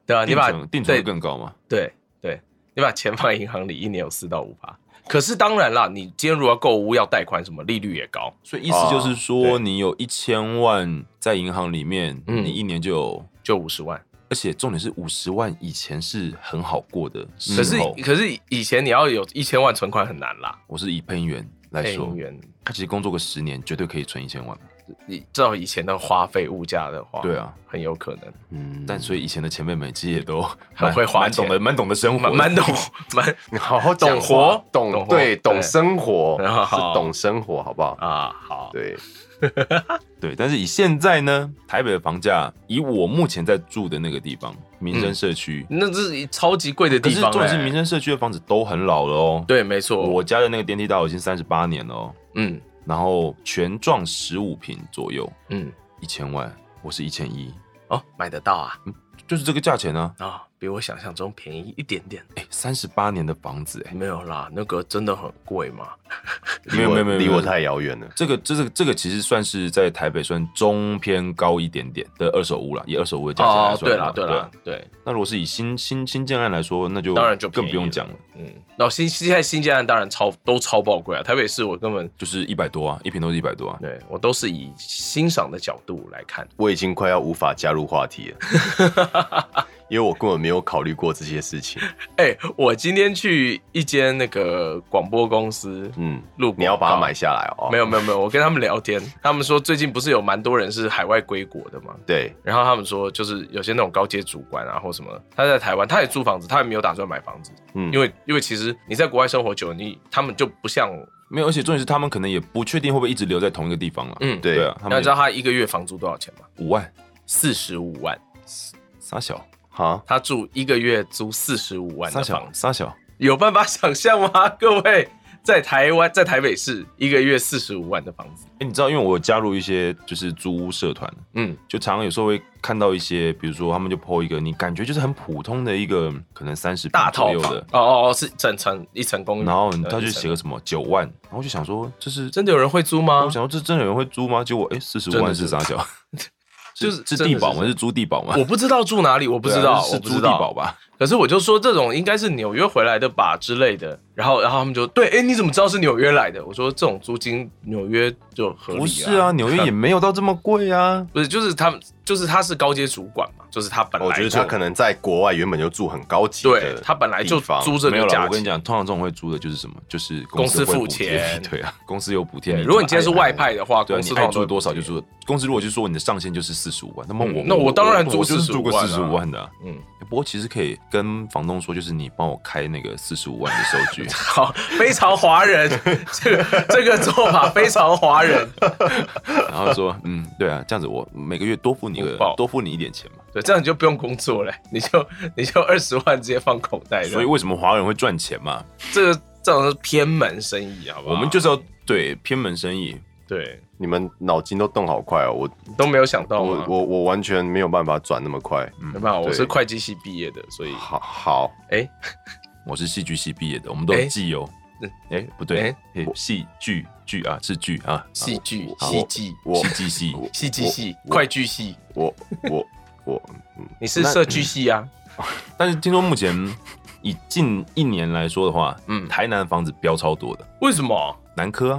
Speaker 3: 对啊，你
Speaker 4: 定
Speaker 3: 把
Speaker 4: 存定存
Speaker 3: 对
Speaker 4: 会更高嘛？
Speaker 3: 对对，你把钱放在银行里，一年有四到五趴。可是当然啦，你今天如果要购物要贷款什么，利率也高。
Speaker 4: 所以意思就是说，
Speaker 2: 啊对
Speaker 4: 你有一千万在银行里面，
Speaker 3: 嗯
Speaker 4: 你一年就有，
Speaker 3: 就五十万，
Speaker 4: 而且重点是五十万以前是很好过的时
Speaker 3: 可是
Speaker 4: 候。
Speaker 3: 可是以前你要有一千万存款很难啦。
Speaker 4: 我是以配音员来
Speaker 3: 配
Speaker 4: 说
Speaker 3: 音，员
Speaker 4: 他其实工作个十年，绝对可以存一千万。
Speaker 3: 你知道以前的花费物价的话，
Speaker 4: 对啊，
Speaker 3: 很有可能，
Speaker 2: 嗯，
Speaker 4: 但所以以前的前辈们其实也 都
Speaker 3: 很会花
Speaker 4: 蛮
Speaker 3: 钱
Speaker 4: 懂得蛮懂得生活
Speaker 3: 蛮
Speaker 4: 的，
Speaker 3: 蛮懂蛮
Speaker 2: 你好好
Speaker 3: 讲
Speaker 2: 讲
Speaker 3: 活
Speaker 2: 话懂
Speaker 3: 懂
Speaker 2: 对
Speaker 3: 活
Speaker 2: 懂
Speaker 3: 对
Speaker 2: 生活
Speaker 3: 好
Speaker 2: 是懂生活，好不好？
Speaker 3: 啊好，
Speaker 2: 对，
Speaker 4: 对，但是以现在呢，台北的房价，以我目前在住的那个地方，民生社区，
Speaker 3: 那这是超级贵的
Speaker 4: 可
Speaker 3: 嗯地
Speaker 4: 是
Speaker 3: 方、欸，
Speaker 4: 重点是民生社区的房子都很老了哦。，
Speaker 3: 对，没错，
Speaker 4: 我家的那个电梯大楼已经三十八年了哦，
Speaker 3: 嗯
Speaker 4: 然后全幢十五平左右，
Speaker 3: 嗯
Speaker 4: 一千万，我是一千一，
Speaker 3: 哦买得到啊
Speaker 4: 就是这个价钱呢、
Speaker 3: 啊、比我想象中便宜一点点，
Speaker 4: 啊。哎，三十八年的房子，哎，
Speaker 3: 没有啦，那个真的很贵嘛，
Speaker 4: 没
Speaker 2: 离
Speaker 4: 有
Speaker 2: 我
Speaker 4: 没有没有
Speaker 2: 离我
Speaker 4: 没有
Speaker 2: 太遥远了。
Speaker 4: 这个这个这个其实算是在台北算中偏高一点点的二手屋了，以二手屋的价钱来算
Speaker 3: 哦对
Speaker 4: 的话、
Speaker 3: 啦对啦
Speaker 4: 啊。
Speaker 3: 对，
Speaker 4: 那如果是以新新新建案来说，那就
Speaker 3: 当然就
Speaker 4: 更
Speaker 3: 便宜
Speaker 4: 不用讲了，
Speaker 3: 嗯，然后新现在新建案当然超都超爆贵啊，台北市我根本
Speaker 4: 就是一百多啊，一平都是一百多啊。
Speaker 3: 对我都是以欣赏的角度来看，
Speaker 2: 我已经快要无法加入话题了， 因为我根本没有考虑过这些事情。
Speaker 3: 哎、我今天去一间那个广播公司，
Speaker 2: 嗯，
Speaker 3: 录、
Speaker 2: 你要把它买。下来哦。
Speaker 3: 没
Speaker 2: 有，
Speaker 3: 有没有没有，我跟他们聊天，他们说最近不是有蛮多人是海外归国的嘛，
Speaker 2: 对，
Speaker 3: 然后他们说就是有些那种高阶主管啊或什么，他在台湾他也租房子，他也没有打算买房子，
Speaker 2: 嗯，
Speaker 3: 因为因为其实你在国外生活久了，你他们就不像，
Speaker 4: 没有，而且重点是他们可能也不确定会不会一直留在同一个地方啊。
Speaker 3: 嗯，
Speaker 2: 对
Speaker 4: 对啊，他
Speaker 3: 那
Speaker 4: 们
Speaker 3: 你知道他一个月房租多少钱吗？
Speaker 4: 五万
Speaker 3: 四十五万，
Speaker 4: 撒小
Speaker 2: 哈，
Speaker 3: 他住一个月租四十五万
Speaker 4: 撒
Speaker 3: 的
Speaker 4: 小
Speaker 3: 房子，
Speaker 4: 撒小，
Speaker 3: 有办法想象吗？各位在台湾在台北市一个月四十五万的房子，
Speaker 4: 哎，你知道，因为我有加入一些就是租屋社团，
Speaker 3: 嗯，
Speaker 4: 就常常有时候会看到一些，比如说他们就 PO 一个，你感觉就是很普通的一个，可能三十
Speaker 3: 大
Speaker 4: 左
Speaker 3: 套
Speaker 4: 右
Speaker 3: 房
Speaker 4: 的，
Speaker 3: 哦哦哦，是整层一层公寓，
Speaker 4: 然后
Speaker 3: 呃
Speaker 4: 他就
Speaker 3: 一层
Speaker 4: 写个什么九万，然后我就想说这是
Speaker 3: 真的有人会租吗
Speaker 4: 我？想说这真的有人会租吗？结果哎，四十
Speaker 3: 啊真的
Speaker 4: 万是
Speaker 3: 是
Speaker 4: 啥小？
Speaker 3: 就是
Speaker 4: 是
Speaker 3: 真的
Speaker 4: 地保
Speaker 3: 是
Speaker 4: 吗？是租地保吗？
Speaker 3: 我不知道住哪里，我不
Speaker 4: 对啊
Speaker 3: 知道，
Speaker 4: 是
Speaker 3: 我
Speaker 4: 是
Speaker 3: 不
Speaker 4: 租
Speaker 3: 知
Speaker 4: 地
Speaker 3: 道
Speaker 4: 保吧？
Speaker 3: 可是我就说这种应该是纽约回来的吧之类的，然后然后他们就对，哎、你怎么知道是纽约来的？我说这种租金纽约就合理、啊，
Speaker 4: 不是 啊，纽约也没有到这么贵啊。
Speaker 3: 不是，就是他们就是他是高阶主管嘛，就是他本来
Speaker 4: 哦
Speaker 2: 我觉得
Speaker 3: 就
Speaker 2: 他可能在国外原本就住很高级的地
Speaker 3: 对
Speaker 2: 方，
Speaker 3: 他本来就租这
Speaker 4: 没
Speaker 3: 个
Speaker 4: 有啦，
Speaker 3: 价
Speaker 4: 我跟你
Speaker 3: 钱。
Speaker 4: 讲，通常这种会租的就是什么，就是
Speaker 3: 公
Speaker 4: 会
Speaker 3: 司付
Speaker 4: 补贴
Speaker 3: 钱
Speaker 4: 对啊，公司有补贴。
Speaker 3: 对，如果你今天是外
Speaker 4: 派。
Speaker 3: 派的话，
Speaker 4: 对啊，
Speaker 3: 公
Speaker 4: 你
Speaker 3: 司
Speaker 4: 爱
Speaker 3: 帮
Speaker 4: 租多少就租，公司如果就说你的上限就是四十五万，那么我、
Speaker 3: 嗯那我当然租
Speaker 4: 我就是
Speaker 3: 45
Speaker 4: 租过
Speaker 3: 万啊
Speaker 4: 四十五万的、啊，
Speaker 3: 嗯
Speaker 4: 嗯。不过其实可以跟房东说，就是你帮我开那个四十五万的收据，
Speaker 3: 好，非常华人， 这个这个做法非常华人。
Speaker 4: 然后说，嗯，对啊，这样子我每个月多付你
Speaker 3: 不
Speaker 4: 个
Speaker 3: 报
Speaker 4: 多付你一点钱嘛。
Speaker 3: 对，这样你就不用工作嘞， 你就你就二十万直接放口袋了。
Speaker 4: 所以为什么华人会赚钱嘛？
Speaker 3: 这个这种是偏门生意，好不好？
Speaker 4: 我们就是要对偏门生意，
Speaker 3: 对
Speaker 2: 你们脑筋都动好快哦，我
Speaker 3: 都没有想到
Speaker 2: 我
Speaker 3: 吗？
Speaker 2: 我我完全没有办法转那么快。
Speaker 3: 没办法，我
Speaker 2: 对
Speaker 3: 是会计系毕业的，所以
Speaker 2: 好好，
Speaker 3: 哎、
Speaker 4: 我是戏剧系毕业的，我们都有
Speaker 3: 哎
Speaker 4: 技哦
Speaker 3: 嗯。
Speaker 4: 哎、不对
Speaker 3: 哎，
Speaker 4: 嘿戏剧剧啊，是剧啊，
Speaker 3: 戏剧、
Speaker 2: 好
Speaker 3: 戏剧、
Speaker 2: 我
Speaker 4: 戏剧系。
Speaker 3: 戏剧系、会计系，
Speaker 2: 我我我，
Speaker 3: 你是设计系啊？
Speaker 4: 但是听说目前以近一年来说的话，
Speaker 3: 嗯
Speaker 4: 嗯，台南房子飙超多的，
Speaker 3: 为什么？
Speaker 4: 南科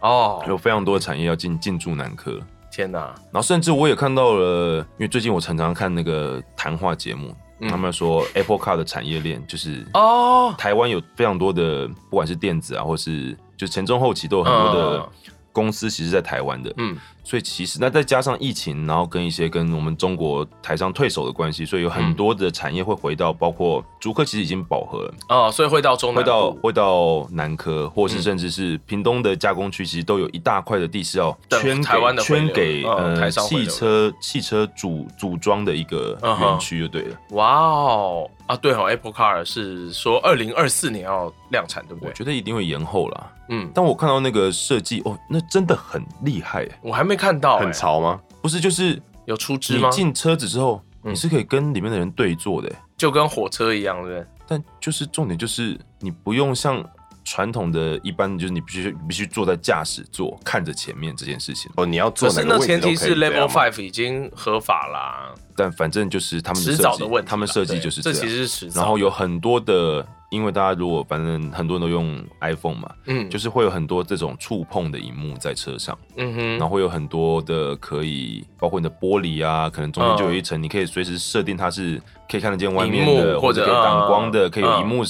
Speaker 4: 啊，有
Speaker 3: 哦，
Speaker 4: 非常多的产业要进进驻南科。
Speaker 3: 天哪！
Speaker 4: 然后甚至我也看到了，因为最近我常常看那个谈话节目，
Speaker 3: 嗯
Speaker 4: 他们说 Apple Car 的产业链就是
Speaker 3: 哦，
Speaker 4: 台湾有非常多的，不管是电子啊，或是就前中后期都有很多的
Speaker 3: 嗯
Speaker 4: 公司，其实在台湾的。
Speaker 3: 嗯
Speaker 4: 所以其实那再加上疫情，然后跟一些跟我们中国台商退守的关系，所以有
Speaker 3: 嗯
Speaker 4: 很多的产业会回到，包括竹科其实已经饱和了，
Speaker 3: 哦，所以会到中
Speaker 4: 会
Speaker 3: 南部嗯
Speaker 4: 到会到南科，或是甚至是屏东的加工区，其实都有一大块的地是要
Speaker 3: 等
Speaker 4: 圈给
Speaker 3: 台湾的回流
Speaker 4: 圈给
Speaker 3: 嗯台
Speaker 4: 呃
Speaker 3: 商回流
Speaker 4: 汽车汽车组组装的一个
Speaker 3: 嗯哼
Speaker 4: 园区就对了。
Speaker 3: 哇哦啊，对哦，Apple Car 是说二零二四年要量产，对不
Speaker 4: 我
Speaker 3: 对？
Speaker 4: 觉得一定会延后啦。
Speaker 3: 嗯，
Speaker 4: 但我看到那个设计，哦，那真的很厉害耶，
Speaker 3: 我还没看到、
Speaker 2: 很
Speaker 3: 哎
Speaker 2: 潮吗？
Speaker 4: 不是就是
Speaker 3: 有出资
Speaker 4: 你
Speaker 3: 吗？
Speaker 4: 进车子之后，
Speaker 3: 嗯
Speaker 4: 你是可以跟里面的人对坐的耶。
Speaker 3: 就跟火车一样，对不对？
Speaker 4: 但就是重点就是你不用像传统的一般，就是你必须必须坐在驾驶座看着前面这件事情。
Speaker 2: 哦，你要做
Speaker 3: 可
Speaker 2: 哪
Speaker 3: 是
Speaker 2: 个
Speaker 3: 那
Speaker 2: 位置
Speaker 3: 前
Speaker 2: 都可
Speaker 3: 提
Speaker 2: 以
Speaker 3: 是
Speaker 2: 这样吗
Speaker 3: Level Five 已经合法啦，
Speaker 4: 但反正就是他们的
Speaker 3: 迟
Speaker 4: 设
Speaker 3: 早
Speaker 4: 计
Speaker 3: 的问题啦。
Speaker 4: 他们设计就是
Speaker 3: 对这
Speaker 4: 样
Speaker 3: 其实是迟早。
Speaker 4: 然后有很多的，因为大家如果反正很多人都用 iPhone 嘛，
Speaker 3: 嗯，
Speaker 4: 就是是会有很多这种触碰的荧幕在车上，
Speaker 3: 嗯
Speaker 4: 然
Speaker 3: 哼，
Speaker 4: 后会有很多的可以，包括你的玻璃啊，可能中间就有一层，你可以随时设定它是可以看得见外面
Speaker 3: 嗯荧幕
Speaker 4: 的，
Speaker 3: 或
Speaker 4: 或
Speaker 3: 者
Speaker 4: 者可以挡光的，可以有
Speaker 3: 嗯
Speaker 4: 荧幕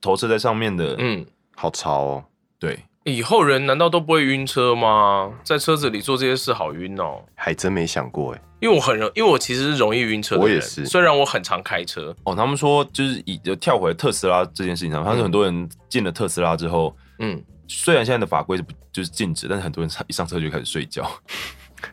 Speaker 4: 投射在上面的，
Speaker 3: 嗯，
Speaker 2: 好潮哦，
Speaker 4: 对。
Speaker 3: 以后人难道都不会晕车吗？在车子里做这些事好晕哦。
Speaker 2: 还真没想过哎、
Speaker 3: 因为我很容，因为我其实是容易晕车的人，
Speaker 2: 我也是
Speaker 3: 虽然我很常开车，
Speaker 4: 哦，他们说就是以就跳回特斯拉这件事情上，他说很多人进了特斯拉之后，
Speaker 3: 嗯，
Speaker 4: 虽然现在的法规是不就是禁止，但是很多人上一上车就开始睡觉。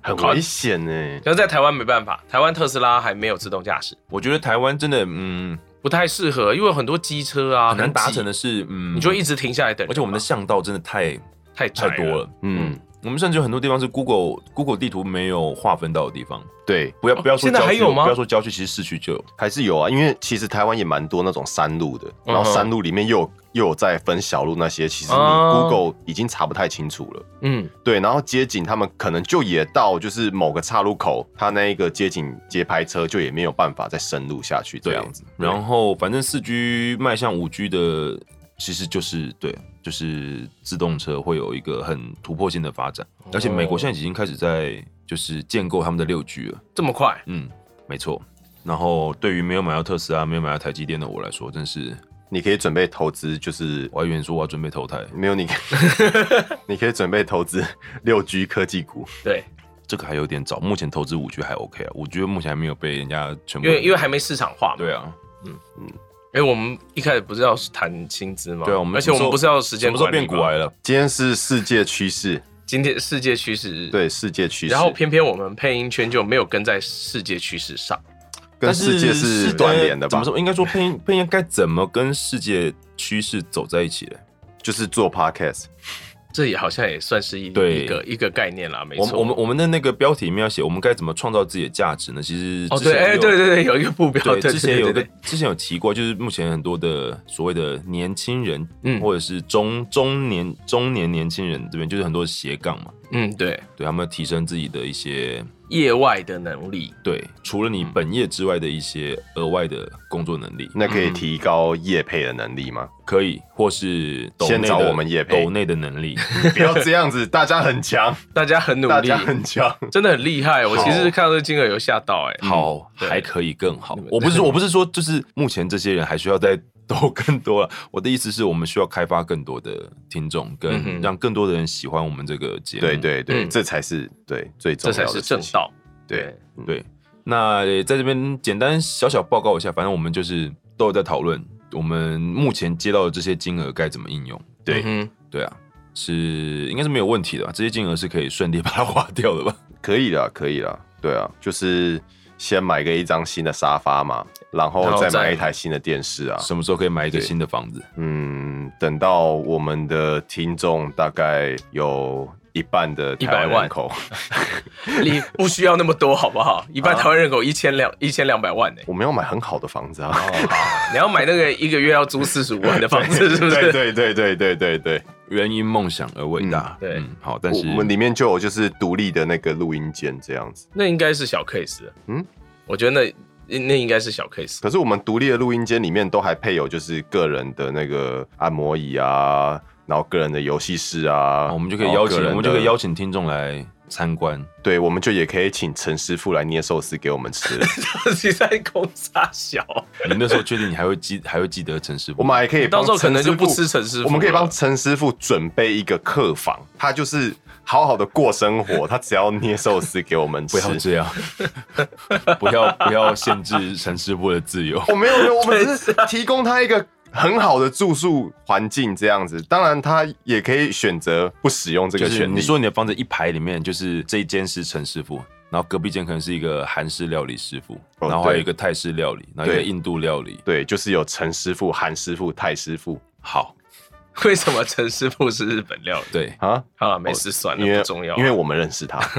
Speaker 2: 很危险哎、
Speaker 3: 可是在台湾没办法，台湾特斯拉还没有自动驾驶，
Speaker 4: 我觉得台湾真的，嗯，
Speaker 3: 不太适合，因为有很多机车啊，
Speaker 4: 很难达
Speaker 3: 挤
Speaker 4: 成的，是，嗯，
Speaker 3: 你就一直停下来等人嘛。
Speaker 4: 而且我们的巷道真的太
Speaker 3: 太窄
Speaker 4: 太多了，
Speaker 2: 嗯，
Speaker 4: 我们甚至有很多地方是 Google Google 地图没有划分到的地方，
Speaker 2: 对，
Speaker 4: 不要不要说
Speaker 3: 哦现在
Speaker 4: 郊
Speaker 3: 还
Speaker 4: 区
Speaker 3: 有吗
Speaker 4: 不要说郊区，其实市区就有。
Speaker 2: 还是有啊，因为其实台湾也蛮多那种山路
Speaker 3: 嗯
Speaker 2: 的，然后山路里面又有又有在分小路那些，其实你
Speaker 3: 哦
Speaker 2: Google 已经查不太清楚了。
Speaker 3: 嗯，
Speaker 2: 对，然后街景他们可能就也到就是某个岔路口，他那一个街景街拍车就也没有办法再深入下去这样子。
Speaker 4: 然后反正四 G 迈向五 G 的，其实就是对，就是自动车会有一个很突破性的发展，
Speaker 3: 哦
Speaker 4: 而且美国现在已经开始在就是建构他们的六 G 了，
Speaker 3: 这么快，
Speaker 4: 嗯，没错。然后对于没有买到特斯拉、没有买到台积电的我来说，真是
Speaker 2: 你可以准备投资，就是
Speaker 4: 我还以为你说我要准备投胎，
Speaker 2: 没有你， 你可以准备投资 六 G 科技股。
Speaker 3: 对，
Speaker 4: 这个还有点早。目前投资五 G 还 OK 啊，五 G 目前还没有被人家全部
Speaker 3: 因为因为还没市场化嘛。
Speaker 4: 对啊，
Speaker 3: 哎，我们一开始不是要谈薪资吗？
Speaker 4: 对啊，我们
Speaker 3: 而且我们不是要时
Speaker 4: 什
Speaker 3: 间
Speaker 4: 么时候
Speaker 3: 管理
Speaker 4: 变
Speaker 3: 吗
Speaker 4: 古癌了？
Speaker 2: 今天是世界趋势，
Speaker 3: 今天世界趋势日，，
Speaker 2: 对世界趋势，
Speaker 3: 然后偏偏我们配音圈就没有跟在世界趋势上。
Speaker 2: 跟
Speaker 4: 但
Speaker 2: 世界是
Speaker 4: 的
Speaker 3: 呃
Speaker 2: 关联的
Speaker 4: 怎
Speaker 2: 吧
Speaker 4: 么？说？应该说配音配音该怎么跟世界趋势走在一起嘞？
Speaker 2: 就是做 podcast，
Speaker 3: 这也好像也算是一
Speaker 4: 对
Speaker 3: 一个一个概念啦，没
Speaker 4: 我
Speaker 3: 错。
Speaker 4: 们我们我们的那个标题里面要写我们该怎么创造自己的价值呢？其实
Speaker 3: 哦
Speaker 4: 之前
Speaker 3: 对，
Speaker 4: 有
Speaker 3: 哎对对对，有一个目标，对
Speaker 4: 对，之前有个
Speaker 3: 对对
Speaker 4: 之前有提过，就是目前很多的所谓的年轻人，
Speaker 3: 嗯
Speaker 4: 或者是中中年中年年轻人这边，就是很多斜杠嘛，
Speaker 3: 嗯对，
Speaker 4: 对他们提升自己的一些
Speaker 3: 业外的能力，
Speaker 4: 对，除了你本业之外的一些额外的工作能力，
Speaker 2: 那可
Speaker 3: 嗯
Speaker 2: 以提高业配的能力吗？
Speaker 4: 可以或是抖
Speaker 2: 先
Speaker 4: 内
Speaker 2: 找
Speaker 4: 的
Speaker 2: 我们业配
Speaker 4: 抖内的能力，
Speaker 2: 不要这样子，大家很强，
Speaker 3: 大家很 努
Speaker 2: 大
Speaker 3: 力
Speaker 2: 家，很强。
Speaker 3: 真的很厉害。我
Speaker 4: 好
Speaker 3: 其实看到这金额有吓到，哎，
Speaker 4: 好，
Speaker 3: 对
Speaker 4: 还可以更好
Speaker 3: 们。
Speaker 4: 我不是我不是说就是目前这些人还需要再多更多了， 我的意思是我们需要开发更多的听众，
Speaker 3: 嗯
Speaker 4: 跟
Speaker 3: 哼
Speaker 4: 让更多的人喜欢我们这个节目。
Speaker 2: 对对对，
Speaker 3: 嗯
Speaker 2: 这才是对最重
Speaker 3: 这
Speaker 2: 要的
Speaker 3: 才是正
Speaker 2: 事情。
Speaker 3: 道。
Speaker 2: 对，
Speaker 4: 对，那呃在这边简单小小报告一下，反正我们就是都有在讨论我们目前接到的这些金额该怎么应用。
Speaker 2: 对
Speaker 3: 嗯哼
Speaker 4: 对啊，是应该是没有问题的吧？这些金额是可以顺利把 它花掉的吧？
Speaker 2: 可以啦，可以啦，对啊，就是先买个一张新的沙发嘛，然
Speaker 3: 然
Speaker 2: 后
Speaker 3: 后
Speaker 2: 再
Speaker 3: 再
Speaker 2: 买一台新的电视啊。
Speaker 4: 什么时候可以买一个
Speaker 2: 对
Speaker 4: 新的房子？
Speaker 2: 嗯，等到我们的听众大概有一半的台湾
Speaker 3: 100万
Speaker 2: 人口，
Speaker 3: 你不需要那么多，好不好？一般台湾人口一千两一千两百万呢， 哎
Speaker 2: 我们要买很好的房子啊。
Speaker 4: 哦
Speaker 3: 你要买那个一个月要租四十五万的房子，是不
Speaker 2: 对
Speaker 3: 是？
Speaker 2: 对对对对对对，
Speaker 4: 原因梦想而伟大。
Speaker 3: 对
Speaker 4: 嗯，好，但
Speaker 2: 我
Speaker 4: 是
Speaker 2: 我们里面就有就是独立的那个录音间这样子。
Speaker 3: 那应该是小 case。嗯
Speaker 2: 嗯，
Speaker 3: 我觉得那那应该是小 case。
Speaker 2: 可是我们独立的录音间里面都还配有就是个人的那个按摩椅啊，然后个人的游戏室啊
Speaker 4: 啊，我们就可以邀请，
Speaker 2: 然
Speaker 4: 我
Speaker 2: 后
Speaker 4: 们
Speaker 2: 个人的
Speaker 4: 就可以邀请听众来参观。
Speaker 2: 对，我们就也可以请陈师傅来捏寿司给我们 吃。
Speaker 3: 你在攻
Speaker 2: 啊
Speaker 3: 杀小，
Speaker 4: 你那时候确定你还会记还会记得陈师傅？
Speaker 2: 我们还可以
Speaker 3: 到
Speaker 2: 帮
Speaker 3: 时候可能就
Speaker 2: 陈师傅
Speaker 3: 不吃陈师傅了
Speaker 2: 我们可以帮陈师傅准备一个客房，他就是好好的过生活，他只要捏寿司给我 们
Speaker 4: 不
Speaker 2: 吃。
Speaker 4: 要这 样，不要不要限制陈师傅的自由。
Speaker 2: 我没有，没有，我们只是提供他一个很好的住宿环境这样子。当然，他也可以选择不使用这
Speaker 4: 就
Speaker 2: 个
Speaker 4: 是
Speaker 2: 权利。
Speaker 4: 你说你的房子一排里面，就是这一间是陈师傅，然后隔壁间可能是一个韩式料理师傅，
Speaker 2: 哦
Speaker 4: 然后还有
Speaker 2: 对
Speaker 4: 一个泰式料理，然后一个
Speaker 2: 对
Speaker 4: 印度料理。
Speaker 2: 对，就是有陈师傅、韩师傅、泰师傅
Speaker 4: 好，
Speaker 3: 为什么陈师傅是日本料理？
Speaker 4: 对，
Speaker 2: 啊，
Speaker 3: 好了，没事，算
Speaker 2: 因
Speaker 3: 了，
Speaker 2: 为
Speaker 3: 不重要。啊
Speaker 2: 因为哦我们认识他。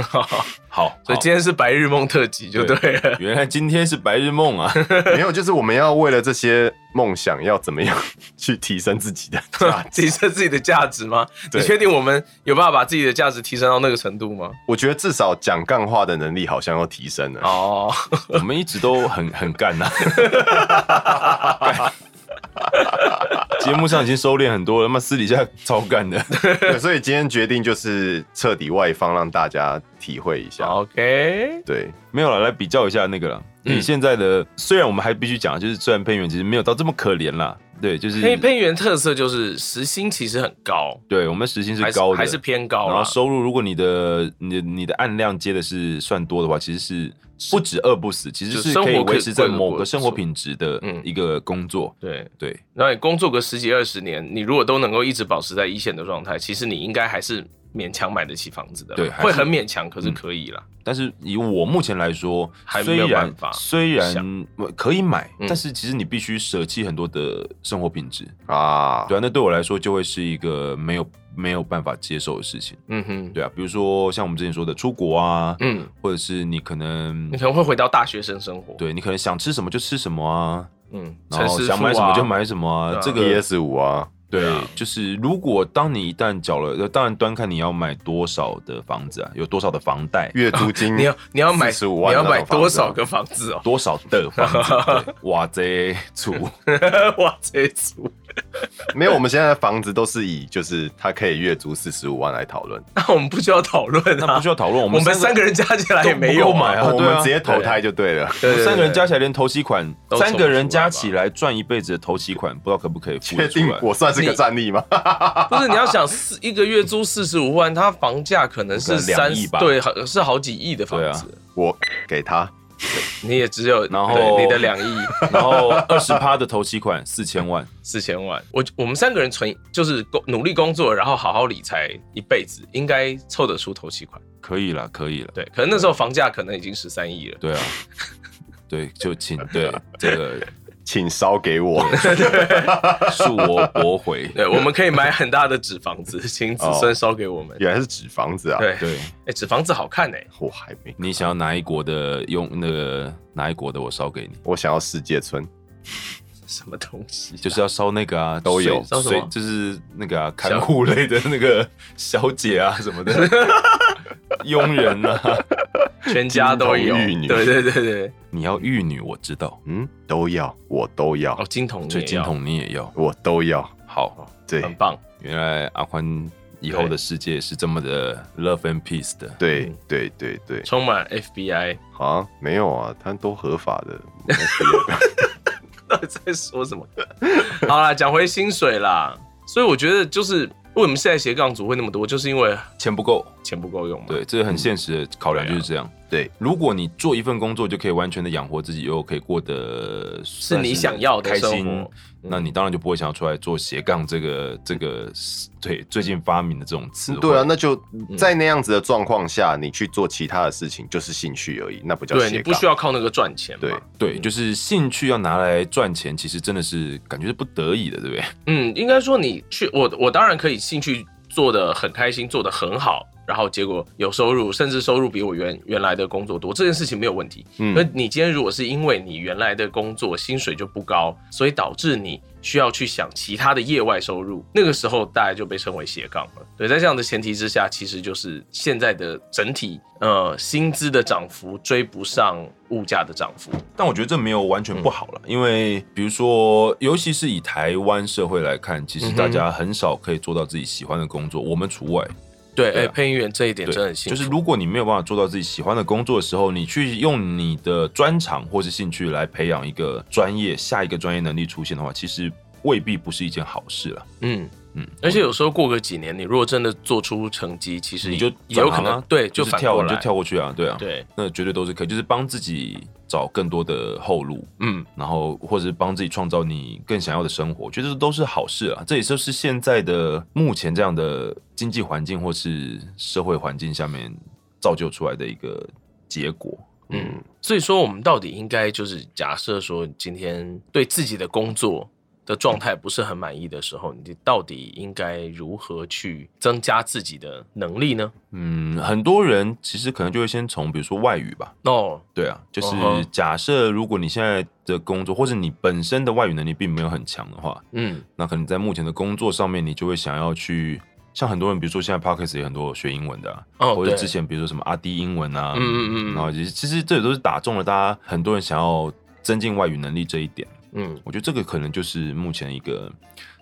Speaker 4: 好，
Speaker 3: 所以
Speaker 4: 好
Speaker 3: 今天是白日梦特辑就对了。
Speaker 4: 原来今天是白日梦 啊！
Speaker 2: 没有，就是我们要为了这些梦想，要怎么样 去提升自己的 价值。
Speaker 3: 提升自己的价值吗？你
Speaker 2: 对
Speaker 3: 确定我们有办法把自己的价值提升到那个程度吗？
Speaker 2: 我觉得至少讲干话的能力好像要提升了。
Speaker 3: 哦，
Speaker 4: 我们一直都很很干呐、啊 节目上已经收敛很多了，妈私底下超干的。
Speaker 2: 对，所以今天决定就是彻底外放，让大家体会一下。
Speaker 3: OK，
Speaker 2: 对，
Speaker 4: 没有了，来比较一下那个了。
Speaker 3: 嗯
Speaker 4: 你现在的虽然我们还必须讲，就是虽然配音员其实没有到这么可怜啦，对，就是
Speaker 3: 配配音员特色就是时薪其实很高，
Speaker 4: 对我们时薪是
Speaker 3: 还
Speaker 4: 高的，
Speaker 3: 还是偏高
Speaker 4: 然后
Speaker 3: 啦。
Speaker 4: 收入，如果你的你的你的按量接的是算多的话，其实是不止饿不死，其实
Speaker 3: 就是
Speaker 4: 可以
Speaker 3: 生活可以
Speaker 4: 维持在
Speaker 3: 过得
Speaker 4: 某
Speaker 3: 不
Speaker 4: 个生活
Speaker 3: 错
Speaker 4: 品质的
Speaker 3: 嗯
Speaker 4: 一个工作。
Speaker 3: 对，
Speaker 4: 对，
Speaker 3: 然后你工作个十几二十年，你如果都能够一直保持在一线的状态，其实你应该还是勉强买得起房子的啦，
Speaker 4: 对还是
Speaker 3: 会很勉强，可是可以啦。
Speaker 4: 但是以我目前来说，
Speaker 3: 还没
Speaker 4: 虽
Speaker 3: 有
Speaker 4: 然
Speaker 3: 办法
Speaker 4: 虽然可以买，
Speaker 3: 嗯
Speaker 4: 但是其实你必须舍弃很多的生活品质。
Speaker 2: 啊，
Speaker 4: 对啊，那对我来说就会是一个没有没有办法接受的事情。
Speaker 3: 嗯哼，
Speaker 4: 对啊，比如说像我们之前说的出国啊，
Speaker 3: 嗯，
Speaker 4: 或者是你可能
Speaker 3: 你可能会回到大学生生活，，
Speaker 4: 对你可能想吃什么就吃什么啊，
Speaker 3: 嗯，
Speaker 4: 然后
Speaker 3: 陈师
Speaker 4: 想
Speaker 3: 傅
Speaker 4: 买什么
Speaker 3: 啊
Speaker 4: 就，买什么啊
Speaker 3: 对，啊
Speaker 4: 这个
Speaker 2: PS 五啊，
Speaker 4: 对，就是如果当你一旦缴了，呃当然端看你要买多少的房子啊，有多少的房 贷，
Speaker 2: 月租金
Speaker 3: 你要你要买
Speaker 2: 45万
Speaker 3: 你要
Speaker 2: 那种
Speaker 3: 买多
Speaker 2: 房子啊
Speaker 3: 少个房子哦？
Speaker 4: 多少的房子，对哇这处
Speaker 3: 哇，这组，
Speaker 2: 没有，我们现在的房子都是以就是它可以月租四十五万来讨论，
Speaker 3: 那我们不需要讨论啊，
Speaker 4: 那不需要讨论，我
Speaker 3: 我们
Speaker 4: 们
Speaker 3: 三个人加起来也
Speaker 4: 都
Speaker 3: 没有
Speaker 4: 不够买啊
Speaker 3: 嘛，
Speaker 4: 对
Speaker 2: 我们直接投胎就对了。
Speaker 3: 对对对
Speaker 4: 三个人加起来连头期款，
Speaker 3: 都
Speaker 4: 三个人
Speaker 3: 凑不出来
Speaker 4: 加
Speaker 3: 吧
Speaker 4: 起来赚一辈子的头期款，不知道可不可以付
Speaker 2: 确
Speaker 4: 得
Speaker 2: 定
Speaker 4: 出来？
Speaker 2: 我算是个战力吗？
Speaker 3: 不是你要想四一个月租四十五万，它房价可能是
Speaker 4: 可能两
Speaker 3: 三
Speaker 4: 亿吧啊
Speaker 3: 对，好是好几亿的房子，
Speaker 2: 我给他，
Speaker 3: 你也只有
Speaker 4: 然后
Speaker 3: 对你的两亿
Speaker 4: 然后哦二十趴的头期款四千万，
Speaker 3: 四千万，我我们三个人存就是工努力工作，然后好好理财一辈子，应该凑得出头期款。
Speaker 4: 可以了，可以了，
Speaker 3: 对，可能那时候房价可能已经十三亿了。
Speaker 4: 对啊，对，就请对这个
Speaker 2: 请烧给我。
Speaker 4: 恕我驳回，
Speaker 3: 对，我们可以买很大的纸房子， 请子孙
Speaker 2: 哦
Speaker 3: 烧给我们。
Speaker 2: 原来是纸房子啊！
Speaker 3: 对，
Speaker 4: 对。
Speaker 3: 哎，纸房子好看哎，
Speaker 2: 我还没，
Speaker 4: 你想要哪一国的用那个哪一国的我烧给你，
Speaker 2: 我想要世界村，
Speaker 3: 什么东西啊？
Speaker 4: 就是要烧那个啊，
Speaker 2: 都有
Speaker 4: 所
Speaker 3: 烧什么
Speaker 4: 就是那个啊，看护类的那个小姐啊什么的， 佣人啊，
Speaker 3: 全家都有
Speaker 2: 金童玉。女
Speaker 3: 对对对对，
Speaker 4: 你要玉女我知道，
Speaker 2: 嗯，都要，我都要
Speaker 3: 哦，，金童你
Speaker 4: 所以
Speaker 3: 也
Speaker 4: 金
Speaker 3: 要，
Speaker 4: 童你也要。
Speaker 2: 我都要。
Speaker 4: 好，
Speaker 2: 对
Speaker 3: 很棒。
Speaker 4: 原来阿宽以后的世界是这么的 love and peace 的，
Speaker 2: 对对对对，
Speaker 3: 充满 FBI，
Speaker 2: 啊，没有啊，他都合法的。
Speaker 3: 到底 在说什么？ 好啦，讲回薪水啦。所以我觉得就是为什么现在斜杠族会那么多，就是因为
Speaker 4: 钱不够，嗯
Speaker 3: 钱不够用嘛。
Speaker 4: 对，，这是很现实的考量，就是这样。
Speaker 2: 对，
Speaker 4: 如果你做一份工作就可以完全的养活自己，又可以过得是
Speaker 3: 你想要的
Speaker 4: 开
Speaker 3: 生
Speaker 4: 心
Speaker 3: 活，
Speaker 4: 那你当然就不会想要出来做斜杠这个这个对最近发明的这种词汇。
Speaker 2: 对啊，那就
Speaker 3: 嗯
Speaker 2: 在那样子的状况下，你去做其他的事情，就是兴趣而已，那不叫
Speaker 3: 对
Speaker 2: 斜
Speaker 3: 你
Speaker 2: 杠。
Speaker 3: 不需要靠那个赚钱嘛。
Speaker 2: 对
Speaker 4: 对，就是兴趣要拿来赚钱，其实真的是感觉是不得已的，对不对？
Speaker 3: 嗯，应该说你去我我当然可以兴趣做的很开心，做的很好，然后结果有收入，甚至收入比我原原来的工作多，这件事情没有问题。
Speaker 2: 嗯
Speaker 3: 那你今天如果是因为你原来的工作薪水就不高，所以导致你需要去想其他的业外收入，那个时候大概就被称为斜杠了。对，在这样的前提之下，其实就是现在的整体呃薪资的涨幅追不上物价的涨幅。
Speaker 4: 但我觉得这没有完全不好了，因为比如说，尤其是以台湾社会来看，其实
Speaker 3: 嗯
Speaker 4: 大家很少可以做到自己喜欢的工作，我们除外。
Speaker 3: 对，
Speaker 4: 对
Speaker 3: 哎、
Speaker 4: 啊
Speaker 3: 配音员这一点真的很幸
Speaker 4: 就
Speaker 3: 福。
Speaker 4: 是如果你没有办法做到自己喜欢的工作的时候，你去用你的专长或是兴趣来培养一个专业，下一个专业能力出现的话，其实未必不是一件好事了。
Speaker 3: 嗯。
Speaker 4: 嗯，
Speaker 3: 而且有时候过个几年，你如果真的做出成绩，其实
Speaker 4: 你就
Speaker 3: 也有
Speaker 4: 转
Speaker 3: 可
Speaker 4: 行
Speaker 3: 能
Speaker 4: 啊
Speaker 3: 对，
Speaker 4: 就
Speaker 3: 就是反
Speaker 4: 跳
Speaker 3: 过
Speaker 4: 你
Speaker 3: 来
Speaker 4: 就跳过去啊，对啊，，
Speaker 3: 对，
Speaker 4: 那绝对都是可以，就是帮自己找更多的后路，
Speaker 3: 嗯，
Speaker 4: 然后或者是帮自己创造你更想要的生活，我觉得这都是好事啊。这也就是现在的目前这样的经济环境或是社会环境下面造就出来的一个结果。
Speaker 3: 嗯，所以说我们到底应该就是假设说，今天对自己的工作的状态不是很满意的时候，你到底应该如何去增加自己的能力呢？
Speaker 4: 嗯，很多人其实可能就会先从比如说外语吧，
Speaker 3: 哦，
Speaker 4: 对啊，就是
Speaker 3: 嗯哼
Speaker 4: 假设如果你现在的工作或者你本身的外语能力并没有很强的话，
Speaker 3: 嗯，
Speaker 4: 那可能在目前的工作上面，你就会想要去像很多人，比如说现在 Podcast 也很多学英文的、啊，
Speaker 3: 哦
Speaker 4: 或者
Speaker 3: 对
Speaker 4: 之前比如说什么阿迪英文啊，
Speaker 3: 嗯嗯嗯
Speaker 4: 然后其实其实这也都是打中了大家很多人想要增进外语能力这一点。
Speaker 3: 嗯，
Speaker 4: 我觉得这个可能就是目前一个，